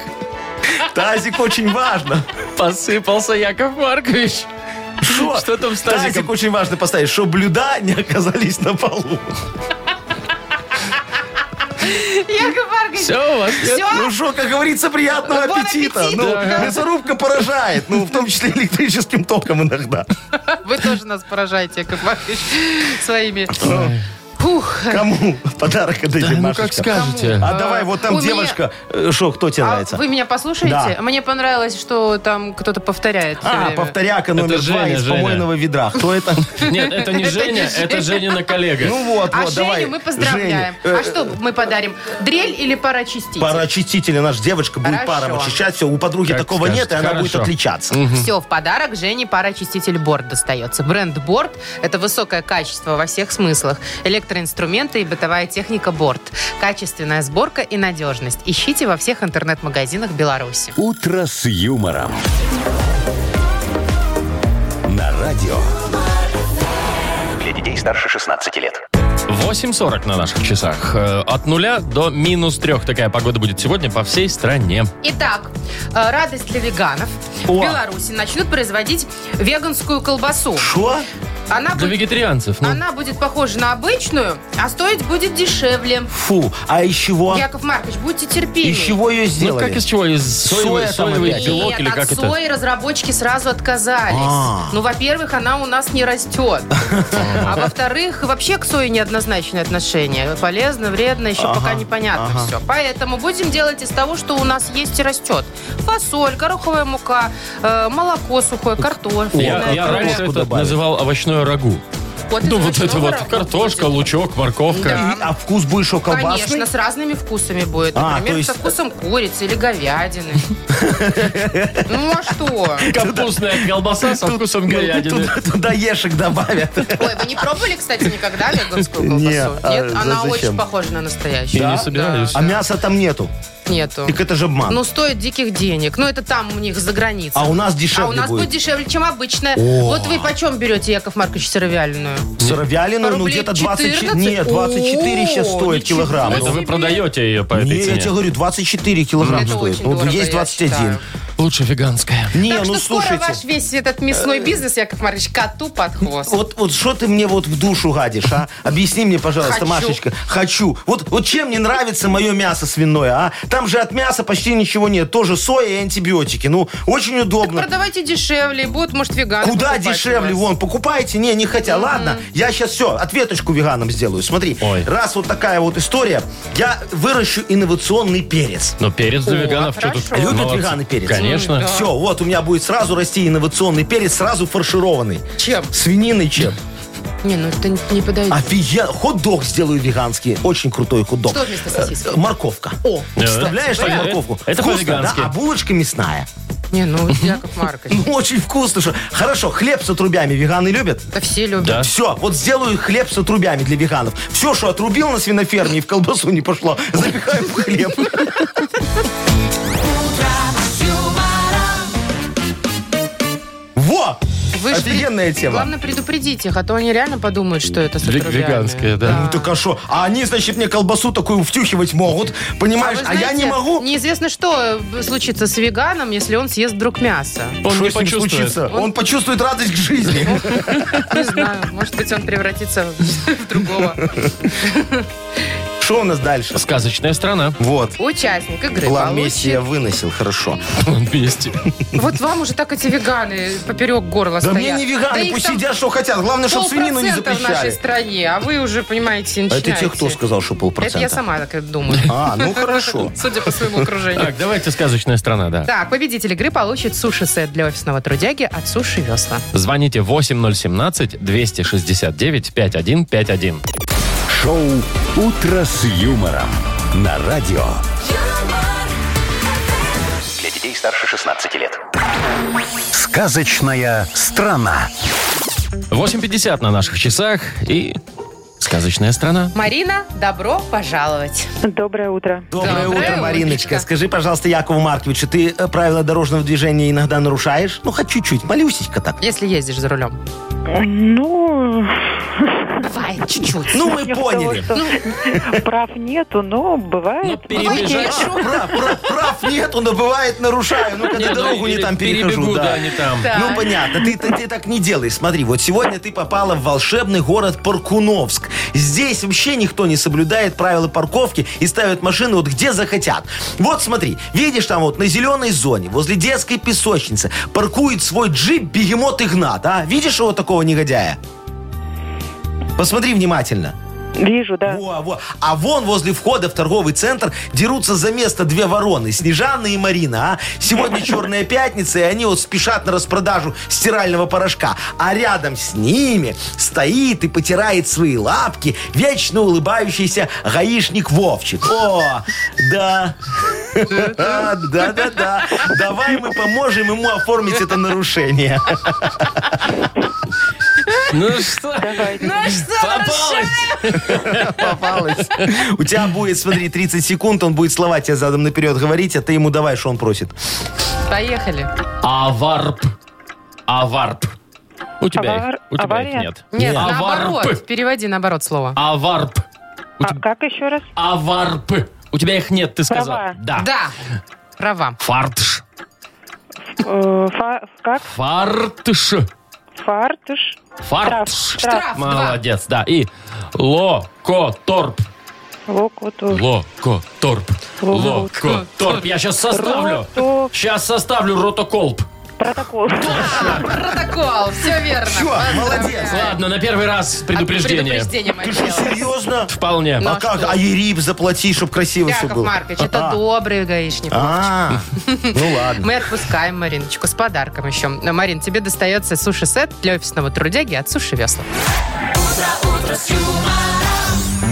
Тазик очень важно. Посыпался Яков Маркович. Шо? Что там с тазиком? Тазик очень важно поставить, чтобы блюда не оказались на полу. Яков Маркович, Все у вас нет? все? Ну что, как говорится, приятного Бон аппетита. аппетит, Ну, да. мясорубка поражает, ну, в том числе электрическим током иногда. Вы тоже нас поражаете, Яков Маркович, своими... Фух. Кому подарок Да, отдадим, ну как Машечка? скажете. А давай, вот там У меня- девочка, что, кто тебе А нравится? вы меня послушаете? Да. Мне понравилось, что там кто-то повторяет всё А, время. повторяка номер два Женя, из Женя. помойного ведра. Кто это? Нет, это не Женя, это Женина коллега. Ну вот, А вот, Женю давай. мы поздравляем. Женя, э, А что мы подарим? Дрель или парочиститель? Пара очистителя, наша девочка будет Хорошо. паром очищать. Все, у подруги Как такого нет, и скажете. она будет Хорошо. отличаться. Все, в подарок Жене пароочиститель Борт достается. Бренд Борт – это высокое качество во всех смыслах. Электроинструменты и бытовая техника Борт. Качественная сборка и надежность. Ищите во всех интернет-магазинах Беларуси. «Утро с юмором». На радио Для детей старше 16 лет. 8.40 на наших часах. Э, От нуля до минус трех. Такая погода будет сегодня по всей стране. Итак, э, радость для веганов. О. В Беларуси начнут производить веганскую колбасу. Что? Она Для будет, вегетарианцев. ну. она будет похожа на обычную, а стоить будет дешевле. Фу, а из чего? Яков Маркович, будьте терпимы. Из чего ее Ну, как сделали? из чего? Из соевый, Соя там соевый опять. белок Нет, или как от это? сои разработчики сразу отказались. А. Ну, во-первых, она у нас не растет. А во-вторых, вообще к сое неоднозначное отношение. Полезно, вредно, еще Ага, пока непонятно ага. все. Поэтому будем делать из того, что у нас есть и растет. Фасоль, гороховая мука, э, молоко сухое, картофель. Я, я раньше картошку это добавить. называл овощное рагу. Ну, вот это вот картошка, лучок, морковка. Да. И- А вкус будет еще колбасный? Конечно, с разными вкусами будет. А, Например, то есть- э, со вкусом курицы или говядины. Ну, а что? Капустная колбаса со вкусом говядины. Туда, туда ешек добавят. Ой, вы не пробовали, кстати, никогда веганскую колбасу? Нет, а она за- зачем? очень похожа на настоящую. Я не собираюсь. А мяса там нету. Нету. Так это же обман. Ну, стоит диких денег. Ну, это там у них за границей. а у нас А дешевле у нас будет будет. дешевле, чем обычная. О. Вот вы почем берете, Яков Маркович, сыровяленую? Сыровялина, ну Рублей где-то 24... 14? Нет, 24 сейчас О, стоит ничего килограмм. себе. Это Ну, вы продаете ее по этой Не, я цене? тебе говорю, 24 килограмм Это стоит. очень Ну, вот дорого, есть я 21. считаю. Лучше веганская. Не, так ну что слушайте. Э, скоро ваш весь этот мясной бизнес, Яков Маркович, коту под хвост. Вот, вот что ты мне вот в душу гадишь, а? Объясни мне, пожалуйста, Хочу. Машечка. Хочу. Вот, вот чем не нравится мое мясо свиное, а? Там же от мяса почти ничего нет. Тоже соя и антибиотики. Ну, очень удобно. Продавайте дешевле, и будут, может, веганы Куда покупать у дешевле? вас. Вон, покупайте. Не, не хотя. Ладно, я сейчас все, ответочку веганам сделаю. Смотри, Ой. раз вот такая вот история, я выращу инновационный перец. Но Ну, перец для О, веганов что хорошо. тут? Любят Молодцы. веганы перец? Конечно. Да. Все, вот у меня будет сразу расти инновационный перец, сразу фаршированный. Чем? Свининый чем? Не, ну это не, не подойдет. А Офигенно. Хот-дог сделаю веганский. Очень крутой хот-дог. Что вместо сосиски? Э, Морковка. О, представляешь, там Понятно. морковку. Это вкусно, да? по-вегански. А булочка мясная. Не, ну, Яков Маркович, Ну, очень вкусно. Что... Хорошо, хлеб с отрубями веганы любят? это все любят. Да. Все, вот сделаю хлеб с отрубями для веганов. Все, что отрубил на свиноферме и в колбасу не пошло, запихаем в хлеб. ж Во! Офигенная пред- тема. Главное предупредить их, а то они реально подумают, что это Ве- сатрувиальное. Веганская, да. Ну так а шо? А они, значит, мне колбасу такую втюхивать могут, А понимаешь? вы А я не знаете, могу. Неизвестно, что э, случится с веганом, если он съест вдруг мясо. Он Что не с ним почувствует. случится? Он почувствует радость к жизни. Не знаю, может быть, он превратится в другого. Что у нас дальше? Сказочная страна. Вот. Участник игры План миссии я получит. выносил, хорошо. Вместе. Вот вам уже так эти веганы поперек горла Да стоят. мне Да не веганы, их пусть там едят, что хотят. Главное, чтобы свинину не полпроцента в нашей запрещали. стране, а вы уже, понимаете, А начинаете. это те, кто сказал, что Это я полпроцента? сама так думаю, А, ну хорошо. судя по своему окружению. Так, давайте сказочная страна, да. Так, победитель игры получит суши-сет для офисного трудяги от Суши Весла. Звоните 8017-269-5151. Шоу «Утро с юмором» на радио. Для детей старше 16 лет. Сказочная страна. 8.50 на наших часах и сказочная страна. Марина, добро пожаловать. Доброе утро. Доброе Доброе утро, Мариночка. утречко. Скажи, пожалуйста, Якову Марковичу, ты э, правила дорожного движения иногда нарушаешь? Ну, хоть чуть-чуть, малюсечка так. Если ездишь за рулем. Ну, Бывает чуть-чуть. Ну, мы начнем с того, поняли. что прав нету, но Ну, бывает. перебежать. А, Прав, прав, прав нету, но бывает нарушаю. Ну, когда Не, ну, дорогу не пере- там перехожу, перебегу, да. не там. Да. Ну, понятно. Ты, ты- ты так не делай. Смотри, вот сегодня ты попала в волшебный город Паркуновск. Здесь вообще никто не соблюдает правила парковки и ставят машины вот где захотят. Вот смотри, видишь там вот на зеленой зоне, возле детской песочницы, паркует свой джип бегемот Игнат, а? Видишь его такого негодяя? Посмотри внимательно. Вижу, да. Во, во. А вон возле входа в торговый центр дерутся за место две вороны, Снежана и Марина. А? Сегодня черная пятница, и они вот спешат на распродажу стирального порошка. А рядом с ними стоит и потирает свои лапки вечно улыбающийся гаишник Вовчик. О, да. Да, да, да. Давай мы поможем ему оформить это нарушение. Ну что? Давайте. Попалась! Попалась. У тебя будет, смотри, 30 секунд, он будет слова тебе задом наперед говорить, а ты ему давай, что он просит. А, Поехали. Аварп. Аварп. У тебя, их, Авар- у тебя их авария? нет. Нет, наоборот. Аварп. Переводи наоборот слово. Аварп. У А теб- как еще раз? Аварп. У тебя их нет, ты сказал. Права. Да. Да. Права. Фартш. Э, фа- Как? Фартш. Фартыш. Фартш. Штраф, штраф. Штраф, два. Молодец, да. И локоторп. Локоту. Локоторп. Локоторп. Я сейчас составлю. Рото- Сейчас составлю ротоколп. Протокол. Протокол. Все верно. Всё, Поздравляю. молодец. Ладно, на первый А раз предупреждение. Предупреждение мое Ты что, дело. серьезно? Вполне. Ну, А как? что? А ерип заплати, чтобы красиво все Яков было. Маркович, это А. добрый гаишник. А, ну ладно. Мы отпускаем Мариночку с подарком еще. Марин, тебе достается суши-сет для офисного трудяги от Суши Весла.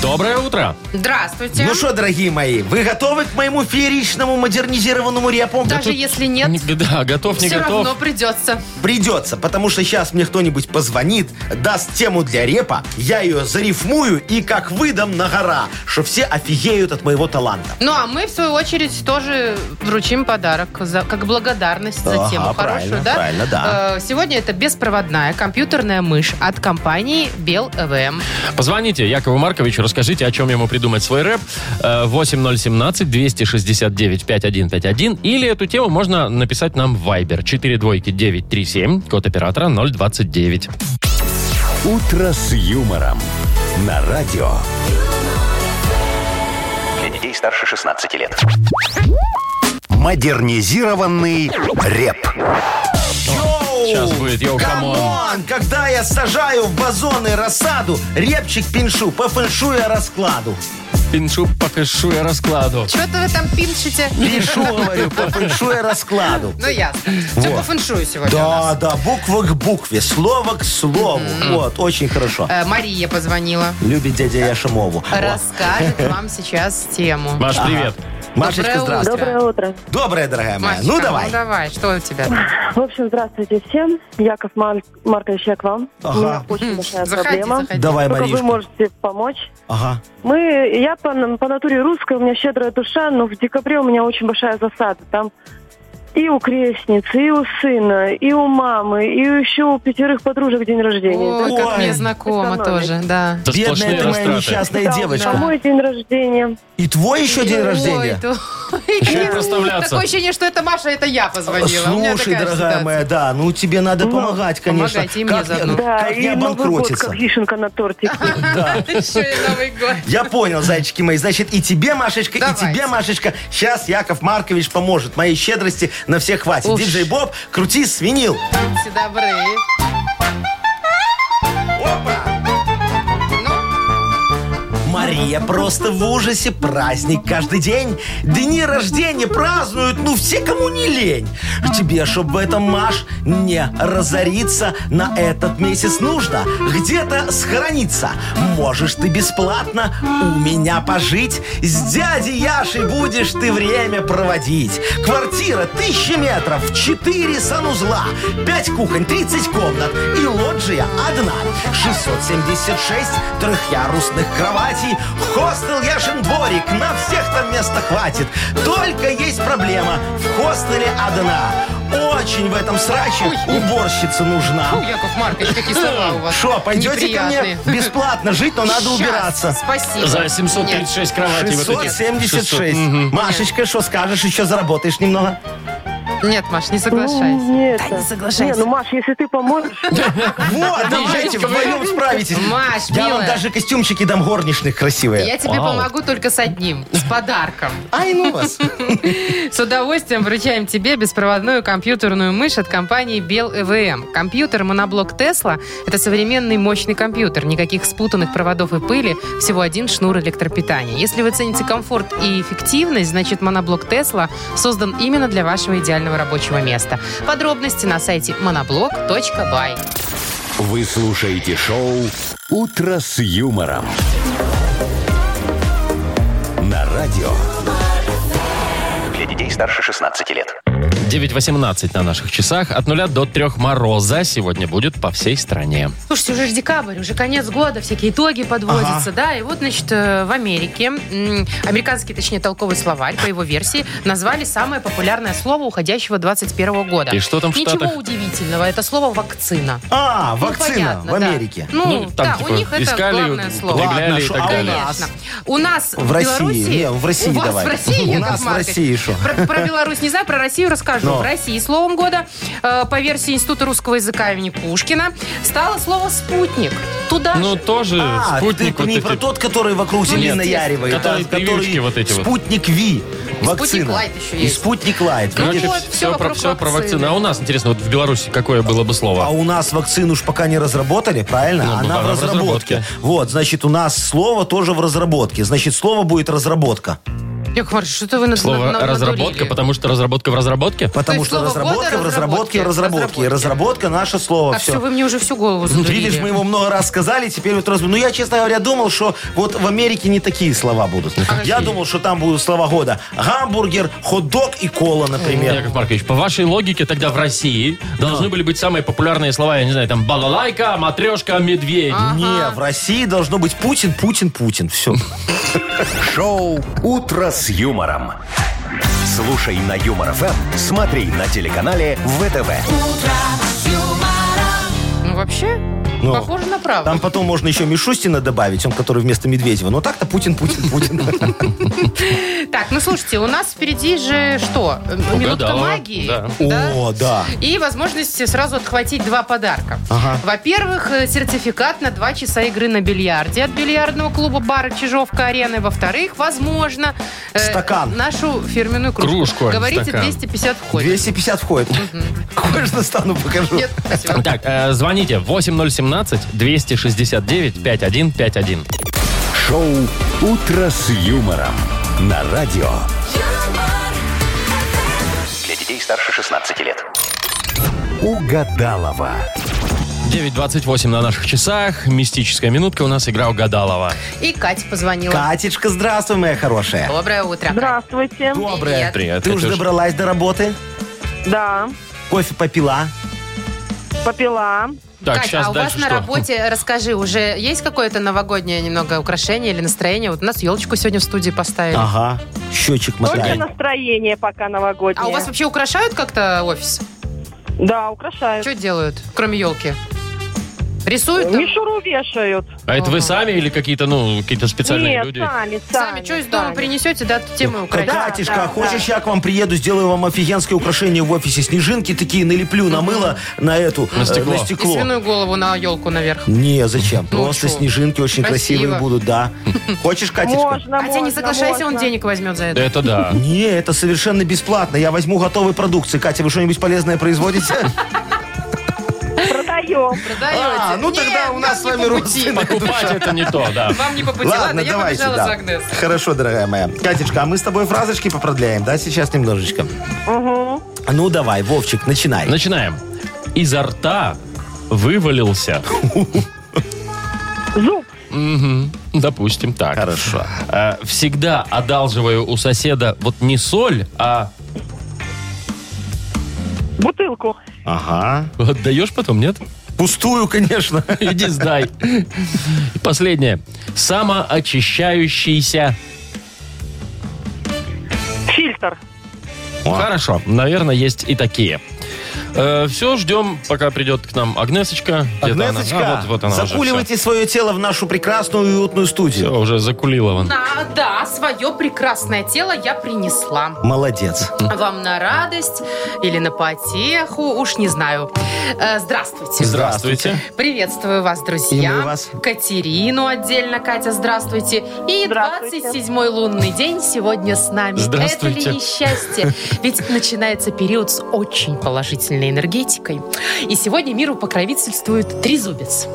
Доброе утро. Здравствуйте. Ну что, дорогие мои, вы готовы к моему фееричному модернизированному репу? Даже если нет, Не- да, готов, не все готов. равно придется. Придется, потому что сейчас мне кто-нибудь позвонит, даст тему для репа, я ее зарифмую и как выдам на гора, что все офигеют от моего таланта. Ну, а мы, в свою очередь, тоже вручим подарок за, как благодарность за Ага, тему правильно, хорошую, да? правильно, да. Э, сегодня это беспроводная компьютерная мышь от компании Bell EVM. Позвоните Якову Марковичу, расскажите, о чем ему придумать свой рэп. Э, 8017-269-5151. Или эту тему можно написать нам в Viber. 4 двойки 937, код оператора 029. «Утро с юмором» на радио. Для детей старше 16 лет. Модернизированный реп. Йоу! Сейчас будет, йоу, камон. камон! Когда я сажаю в базоны рассаду, репчик пиншу по фэншую раскладу. Пиншу, покашу я раскладу. Что то вы там пиншите? Пиншу, говорю, по фэншую раскладу. Ну, ясно. Все по фэншую сегодня у Да, нас. да, буква к букве, слово к слову. Вот, очень хорошо. Э, Мария позвонила. Любит дядя Яша Мову. Расскажет вам сейчас тему. Маш, привет. Машечка, Доброе здравствуй. утро. Доброе утро. Добрая, дорогая моя. Машечка, Ну, давай. Ну давай, что у тебя? там? В общем, здравствуйте всем. Яков Мар- Маркович, я к вам. Ага. У меня очень большая Заходи, проблема. заходи. Давай, Только Ну, вы Маришка. можете помочь. Ага. Мы, я по, по натуре русская, у меня щедрая душа, но в декабре у меня очень большая засада. Там и у крестницы, и у сына, и у мамы, и еще у пятерых подружек день рождения. Ой, как Ой. мне знакомо Экономит. тоже, да. Это Бедная сплошные ты моя растраты. несчастная Да, девочка. да, мой день рождения. И твой еще день Ой, рождения? да. Еще и проставляться. Такое ощущение, что это Маша, это я позвонила. У меня Слушай, такая дорогая ситуация. моя, да, ну тебе надо помогать, конечно. помогайте и мне Как не- заодно. Да, Ну, как не и Новый год, обанкротиться? как вишенка на тортике. Да. Еще и Новый год. Я понял, зайчики мои. Значит, и тебе, Машечка, Давайте. и тебе, Машечка. Сейчас Яков Маркович поможет. Моей щедрости на всех хватит. Уф. Диджей Боб, крути свинил. Будьте добры. Ну, Мария просто в ужасе. Праздник каждый день. Дни рождения празднуют, ну все, кому не лень. Тебе, чтоб в этом, Маш, не разориться, на этот месяц нужно где-то схорониться. Можешь ты бесплатно у меня пожить. С дядей Яшей будешь ты время проводить. Квартира тысяча метров, четыре санузла, пять кухонь, 30 комнат и лоджия одна. 676 трехъярусных кроватей, хостел Яшин дворик, на всех там места хватит. Только есть проблема, в хостеле одна. Очень в этом сраче уборщица фу, нужна. Ну, Яков Маркович, какие слова у вас Шо, пойдете ко мне неприятные. бесплатно жить, но надо Щас, убираться. Спасибо. За 736 кроватей. вот эти. 676. 600, мгм. Машечка, что скажешь, еще заработаешь немного? Нет, Нет, Маш, не Ну, соглашайся. Нет, Да, не соглашайся. Не, ну, Маш, если ты поможешь, Вот, давайте вдвоем справитесь. Маш, Я вам милая. даже костюмчики дам горничных красивые. Я тебе Вау. помогу только с одним, с подарком. Ай, ну вас. С удовольствием вручаем тебе беспроводную компьютерную мышь от компании Bell EVM. Компьютер моноблок Tesla – это современный мощный компьютер. Никаких спутанных проводов и пыли, всего один шнур электропитания. Если вы цените комфорт и эффективность, значит моноблок Tesla создан именно для вашего идеального рабочего места. Подробности на сайте monoblock.by. Вы слушаете шоу «Утро с юмором». На радио Для детей старше 16 лет. 9.18 на наших часах. От 0 до 3 мороза сегодня будет по всей стране. Слушайте, уже ж декабрь, уже конец года, всякие итоги подводятся, да. И вот, значит, э, в Америке м, американский, точнее, толковый словарь, по его версии, назвали самое популярное слово уходящего 21 года. И что там в Ничего Штатах? удивительного, это слово «вакцина». А, Ну, вакцина понятно, в да. Америке. Ну, Ну, там, да, типа, у них это искали, главное слово. подъявляли Ладно, и шо, так а у далее. нас? Конечно. У нас В России. Беларуси... Не, в России у вас давай. в России, У Яков нас в Маркович. России шо? Про, про Беларусь не знаю, про Россию расскажу. Но. В России словом года, э, по версии Института русского языка имени Пушкина, стало слово «спутник». Туда Ну, же. тоже А, спутник ты вот не эти- про тот, который вокруг Земли естественно. наяривает. а Который прививки вот эти вот. Спутник Ви. Вакцина. лайт еще И есть. спутник Лайт. Ну, Короче, вот, все, всё про, вокруг все про вакцины. вакцину. А у нас, интересно, вот в Беларуси какое было бы А слово? у нас вакцину уж пока не разработали, правильно? Ну, Она она в в разработке. разработке. Вот, значит, у нас слово тоже в разработке. Значит, слово будет разработка. Яков Маркович, что-то вы на Слово на- на- разработка, надурили. потому что разработка в разработке? Потому есть что слово разработка года в разработке, в разработки. разработке. И Разработка наше слово. Так все, все. А вы мне уже всю голову задурили. Ну, Видишь, мы его много раз сказали, теперь вот раз... Ну, я, честно говоря, думал, что вот в Америке не такие слова будут. Я думал, что там будут слова года. Гамбургер, хот-дог и кола, например. Яков Маркович, по вашей логике, тогда в России должны были быть самые популярные слова, я не знаю, там, балалайка, матрешка, медведь. Не, в России должно быть Путин, Путин, Путин. Все. Шоу «Утро с юмором». Слушай на Юмор ФМ, смотри на телеканале ВТВ. Ну, вообще, Ну, похоже на правду. Там потом можно еще Мишустина добавить, он который вместо Медведева. Но так-то Путин, Путин, Путин. Так, ну слушайте, у нас впереди же что? Э, Минутка Угадала, магии. да. О, да. И возможность сразу отхватить два подарка. Во-первых, э, сертификат на два часа игры на бильярде от бильярдного клуба бара Чижовка-Арены. Во-вторых, возможно, э, Стакан. нашу фирменную кружку. Кружку, а не Говорите, стакан. 250 входит. 250 входит. Хочешь достану, покажу. Нет, спасибо. Так, э, звоните 8017-269-5151. Шоу «Утро с юмором» на радио. Для детей старше 16 лет. Угадалова. 9.28 на наших часах. Мистическая минутка. У нас игра угадалова. И Катя позвонила. Катечка, здравствуй, моя хорошая. Доброе утро. Здравствуйте. Доброе. Привет, Ты уже Катюш. добралась до работы? Да, Кофе попила? попила. Так, Кать, сейчас а у вас дальше на что? работе, расскажи, уже есть какое-то новогоднее немного украшение или настроение? Вот у нас елочку сегодня в студии поставили. Ага. Счетчик Только мотает. настроение пока новогоднее. А у вас вообще украшают как-то офис? Да, украшают. Что делают, кроме елки? Рисуют там? Мишуру вешают. А это вы сами или какие-то, ну, какие-то специальные Нет, люди? сами, сами. Сами что из дома сами. принесете, да, тему украсите? Катюшка, да, а хочешь, да. я к вам приеду, сделаю вам офигенское украшение в офисе. Снежинки такие налеплю на мыло, на эту, э, стекло. на И стекло. свиную голову на елку наверх. Не, зачем? Ну, Просто чё? снежинки очень Красиво. красивые будут, да. Хочешь, Катечка? Можно, Хотя А не можно, соглашайся, он можно. денег возьмет за это. Это да. Не, это совершенно бесплатно. Я возьму готовые продукции. Катя, вы что-нибудь полезное производите? Продаем. Продаете? А, ну Не, тогда у нас с вам не вами по пути. родственные. Покупать это не то, да. Вам не по пути. Ладно, я побежала за Агнес. Хорошо, дорогая моя. Катечка, а мы с тобой фразочки попродляем, да, сейчас немножечко? Ну, давай, Вовчик, начинай. Начинаем. Изо рта вывалился. Зуб. Мгм. Допустим, так. Хорошо. Э, Всегда одалживаю у соседа вот не соль, а Бутылку. Ага. отдаешь потом, нет? Пустую, конечно. Иди сдай. И последнее. Самоочищающийся. Фильтр. Хорошо. Наверное, есть и такие. все, ждем, пока придет к нам Агнесочка. Где-то она. Агнесочка, А, вот, вот она уже, закуливайте свое тело в нашу прекрасную и уютную всё. студию. Всё, уже закулила вон. А, да, свое прекрасное тело я принесла. Молодец. Вам на радость или на потеху, уж не знаю. Э, Здравствуйте. Здравствуйте. Приветствую вас, друзья. И мы вас. Катерину отдельно, Катя, здравствуйте. И Здравствуйте. 27-й лунный день сегодня с нами. Здравствуйте. Это ли не счастье? Ведь начинается период с очень положительной энергетикой. И сегодня миру покровительствует трезубец.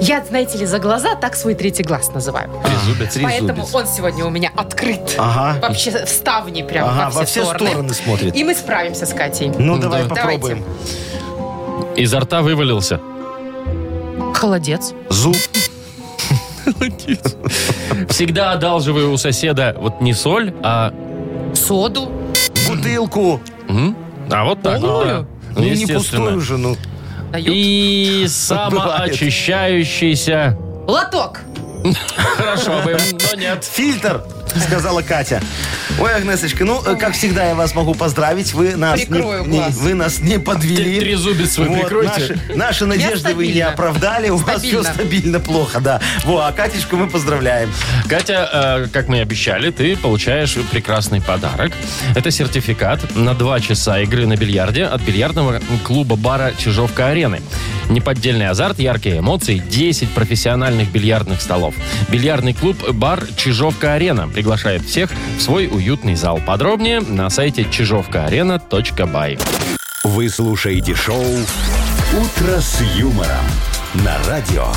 Я, знаете ли, за глаза так свой третий глаз называю. Трезубец. Поэтому он сегодня у меня открыт. Ага. Вообще вставни прям Ага, во, все стороны смотрит. и мы справимся с Катей. Ну, давай да. попробуем. Изо рта вывалился. Холодец. Зуб. Всегда одалживаю у соседа вот не соль, а Соду. Бутылку. м, А вот так. вот, да. Полную? Ну, Ну, не естественно. пустую ну. жену. Дают. И самоочищающийся... Лоток. Хорошо бы, но нет. Фильтр, сказала Катя. Ой, Агнесочка, ну, э, как всегда, я вас могу поздравить. Вы нас, не, Прикрою не- глаз. вы нас не подвели. Т- трезубец вы прикройте. Наши, наши надежды вы не стабильно. оправдали. У вас все Стабильно. стабильно плохо, да. Во, а Катечку мы поздравляем. Катя, э, как мы и обещали, ты получаешь прекрасный подарок. Это сертификат на два часа игры на бильярде от бильярдного клуба-бара «Чижовка-арены». Неподдельный азарт, яркие эмоции, 10 профессиональных бильярдных столов. Бильярдный клуб-бар «Чижовка-арена» приглашает всех в свой уютный зал. Подробнее на сайте чижовкаарена.бай. Вы слушаете шоу «Утро с юмором» на радио.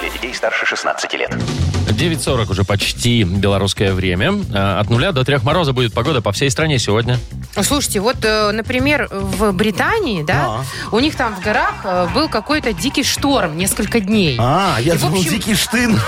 Для детей старше 16 лет. 9.40 уже почти белорусское время. Э, От нуля до трех мороза будет погода по всей стране сегодня. Слушайте, вот, э, например, в Британии, А. да, у них там в горах э, был какой-то дикий шторм несколько дней. А, я И, в думал, общем- дикий штын.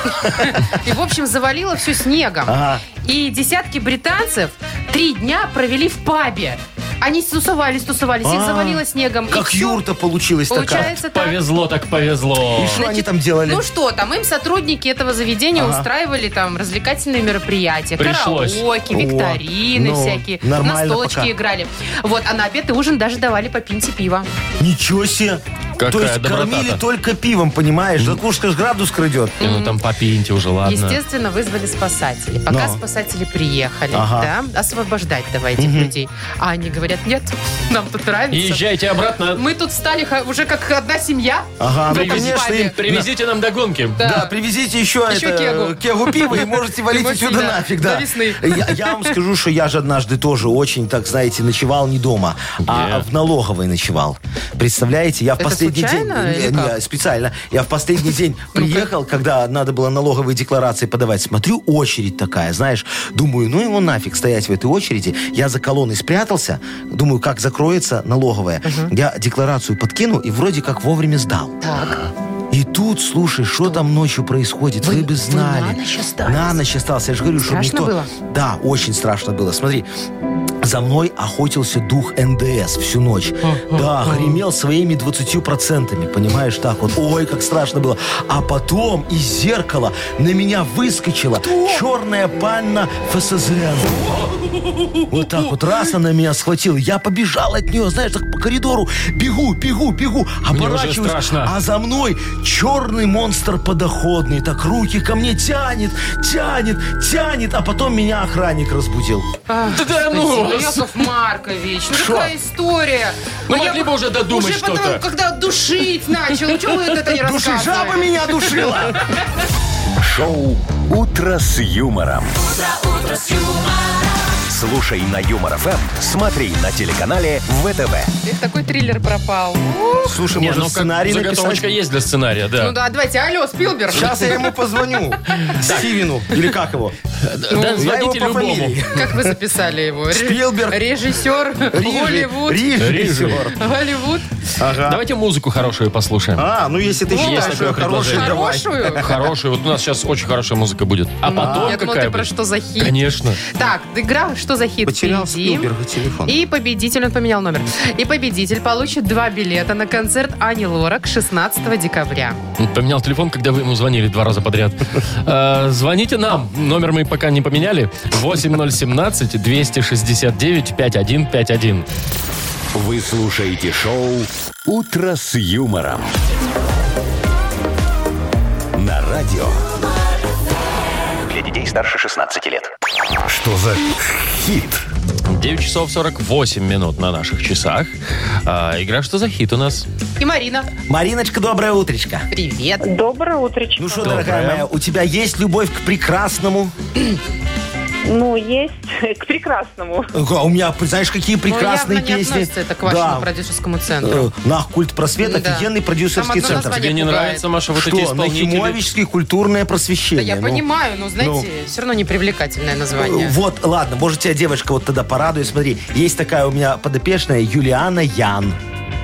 И, в общем, завалило все снегом. Ага. И десятки британцев три дня провели в пабе. Они тусовались, тусовались, их А, завалило снегом. и Как всё. юрта получилась такая. Получается так. Повезло так повезло. И что они там делали? Ну что там, им сотрудники этого заведения Ага. устраивали там развлекательные мероприятия, Пришлось. караоке, О, викторины ну, всякие, нормально настолочки пока. играли. Вот, а на обед и ужин даже давали по пинте пива. Ничего себе. Какая То есть доброта-то. кормили только пивом, понимаешь? Да уж ж градус крадет. Не, Ну там попиньте уже, ладно. Естественно, вызвали спасатели. Пока Но. спасатели приехали, Ага. да, освобождать давайте людей. А они говорят, нет, нам тут нравится. Езжайте обратно. Мы тут стали ха- уже как одна семья. Ага, в ну, этом конечно, пабе. им Привезите нам догонки. Да. Да, привезите еще, Еще это, э, кегу пива и можете валить И отсюда вот сюда, нафиг, да. до весны. Я, я вам скажу, что я же однажды тоже очень, так знаете, ночевал не дома, Где? а в налоговой ночевал. Представляете, я в Это последний день... случайно Э, или Не, как? не, специально. Я в последний день приехал, когда надо было налоговые декларации подавать. Смотрю, очередь такая, знаешь. Думаю, ну его нафиг стоять в этой очереди. Я за колонной спрятался. Думаю, как закроется налоговая. Я декларацию подкину и вроде как вовремя сдал. Так, И тут, слушай, что там ночью происходит, вы, Вы- бы вы знали. на ночь остались? На ночь остался. Я же говорю, что Страшно никто... было? Да, очень страшно было. Смотри, за мной охотился дух НДС всю ночь. Да, гремел своими 20%, понимаешь, так вот. Ой, как страшно было. А потом из зеркала на меня выскочила черная панна ФСЗН. Вот Ну так вот раз она меня схватила, я побежал от нее, знаешь, так по коридору бегу, бегу, бегу, уже оборачиваюсь, страшно. а за мной черный монстр подоходный, так руки ко мне тянет, тянет, тянет, а потом меня охранник разбудил. Да ну Спасибо, вас. Яков Маркович, ну Шо? какая история. Ну, А я могли бы уже додумать уже потом, что-то. когда душить начал, чего вы это не Души жаба рассказывали? меня душила. Шоу «Утро с юмором». Слушай на Юмор ФМ, смотри на телеканале ВТВ. Эх, такой триллер пропал. Ух. Слушай, Не, может ну как сценарий заготовочка написать? есть для сценария, Ну да. да, давайте, алло, Спилберг. Сейчас я ему позвоню. Стивену. Или как его? Да, Я его звоните по любому. фамилии. Как вы записали его? Ре- Спилберг. Режиссер, Рижи. Голливуд, Рижи. Рижи. Голливуд. Ага. Давайте музыку хорошую послушаем. А, ну если ты Есть считаешь, что такое я хороший, предложение. давай. Хорошую. Хорошую. Вот у нас сейчас очень хорошая музыка будет. А потом Ну, Я думал, какая ты про будет? что за хит. Конечно. Так, игра «Что за хит?» Потерял впереди. Спилберга типа. телефон. И победитель, он поменял номер. И победитель получит два билета на концерт Ани Лорак 16 декабря. Поменял телефон, когда вы ему звонили два раза подряд. Э, Звоните нам. Номер мы пока не поменяли. 8017-269-5151. Вы слушаете шоу «Утро с юмором». На радио. Для детей старше 16 лет. Что за хит? 9 часов 48 минут на наших часах. А, игра «Что за хит» у нас? И Марина. Мариночка, доброе утречко. Привет. Доброе утречко. Ну что, Доброе. дорогая моя, у тебя есть любовь к прекрасному? Ну, есть к прекрасному. Ага, У меня, знаешь, какие прекрасные Но Ну, явно не песни. относится это к вашему Да. продюсерскому центру. Э, Нах, культ просвет, Да. офигенный Там продюсерский одно центр. название. Тебе не пугает. нравится, Маша, вот эти Что, исполнители? Нахимовичский культурное Да просвещение. я ну. понимаю, но, знаете, все равно непривлекательное Э, название. Вот, ладно, может, тебя девочка вот тогда порадует. Смотри, есть такая у меня подопечная Юлиана Ян.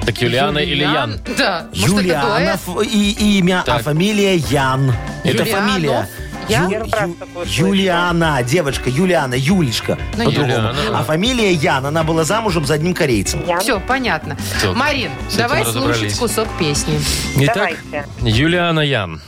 Так Юлиана или Ян? Да. Может, это Юлиана дуэт? ф- и, и имя, Так. а фамилия Ян. Это Юлианов фамилия. Я? Ю- Первый раз Ю- такое слышу. Юлиана, девочка, Юлиана, Юлечка. Ну, по-другому. Юлиана. А фамилия Ян, она была замужем за одним корейцем. Я? Все, понятно. Всё, Марин, с этим давай слушать разобрались. кусок песни. Итак, Давайте. Юлиана Ян.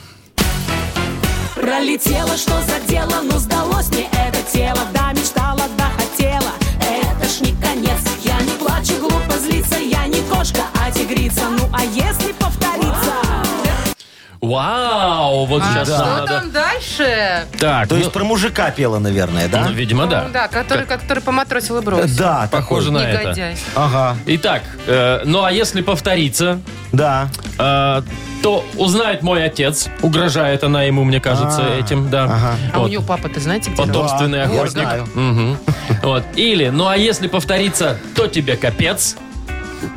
Пролетело, что за дело, но сдалось мне это тело Да, мечтала, да, хотела, это ж не конец Я не плачу, глупо злиться, я не кошка, а тигрица Ну а если повториться? Вау! Вот А сейчас что нам надо... там дальше? Так, То ну, есть про мужика пела, наверное, да? ну, видимо, Ну да. Да, который, который поматросил и бросил. Да, Похоже на это. Негодяй. такой. Ага, Итак, э, ну а если повторится, да. э, то узнает мой отец. Угрожает она ему, мне кажется, А, этим, да. ага. А у Вот. нее папа-то знаете где? Потом. Потомственный Да, я охотник. Ну, знаю. Мгм. Вот. Или, ну а если повторится, то тебе капец.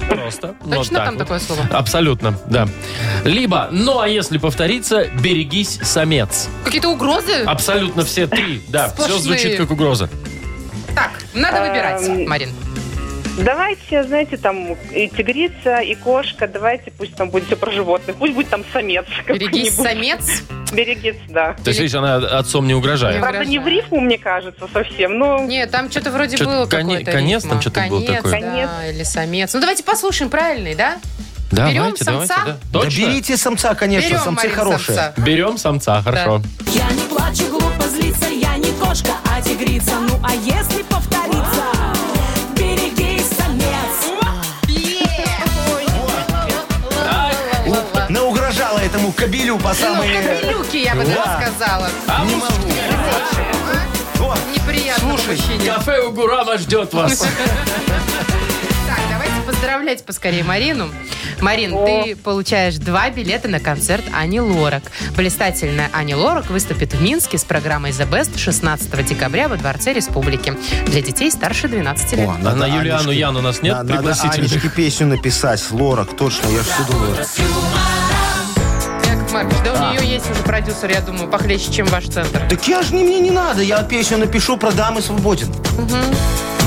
Просто. А ну Точно Вот так там вот. такое слово? Абсолютно, да. Либо, ну а если повторится, берегись, самец. Какие-то угрозы? А Абсолютно все три, да. Все Сплошные. звучит как угроза. Так, надо Эм, выбирать, Марин. Давайте, знаете, там и тигрица, и кошка. Давайте, пусть там будет все про животных. Пусть будет там самец. Берегись, какой-нибудь. самец. Берегись, да. То есть, видишь, она отцом не угрожает. Правда, не в рифму, мне кажется, совсем. Но Нет, там что-то вроде Чё-то было коне- какое-то конец там рифма. чё-то было Конец, такое. да, или самец. Ну, давайте послушаем правильный, да? Давайте, Берем давайте, самца? да. Да Точно? берите самца, конечно, Берем, самцы Марин, хорошие. самца. Берем самца, хорошо. Я не плачу, глупо злиться, я не кошка, а тигрица Ну а если повториться? Берегись, самец Наугрожала этому кабелю по Ну, самые... кобелюки, я бы Да. даже сказала. А Не мы- могу. Вот. Неприятно Слушай, мужчине. Кафе у Гурама ждет вас. Так, давайте поздравлять поскорее Марину. Марин, ты получаешь два билета на концерт Ани Лорак. Блистательная Ани Лорак выступит в Минске с программой The Best 16 декабря во Дворце Республики для детей старше 12 лет. О, надо на Юлиану Анечке- Ян у нас нет На- Надо пригласительных? Анечке песню написать. Лорак, точно, я же все думаю. Яков Маркович, да у нее есть уже продюсер, я думаю, похлеще, чем ваш центр. Так я же не мне не надо, я песню напишу, продам и свободен.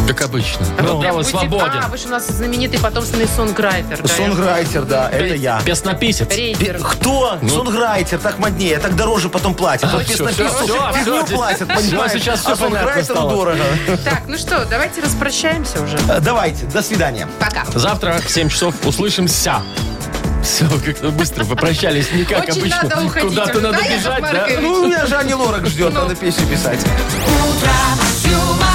Как обычно. Вот прям Право будет- Ну, свободен. А, вы же у нас знаменитый потомственный сонграйтер. да? Сонграйтер, да, это я. Песнописец. Рейдер. Кто? Сонграйтер, так моднее, так дороже потом платят. Вот Ну. А, всё, песнописцу всё, всё, фигню всё, платят, всё, понимаешь? сейчас всё а понятно сонграйтеру стало. дорого. Так, ну что, давайте распрощаемся уже. Э, Давайте, до свидания. Пока. Завтра в 7 часов услышимся. Все, как-то быстро попрощались, не как Очень обычно. надо уходить Куда-то уже, надо да, Яков бежать, да? Маркович? Ну, у меня же Ани Лорак ждет, надо песню писать. Утро с юмором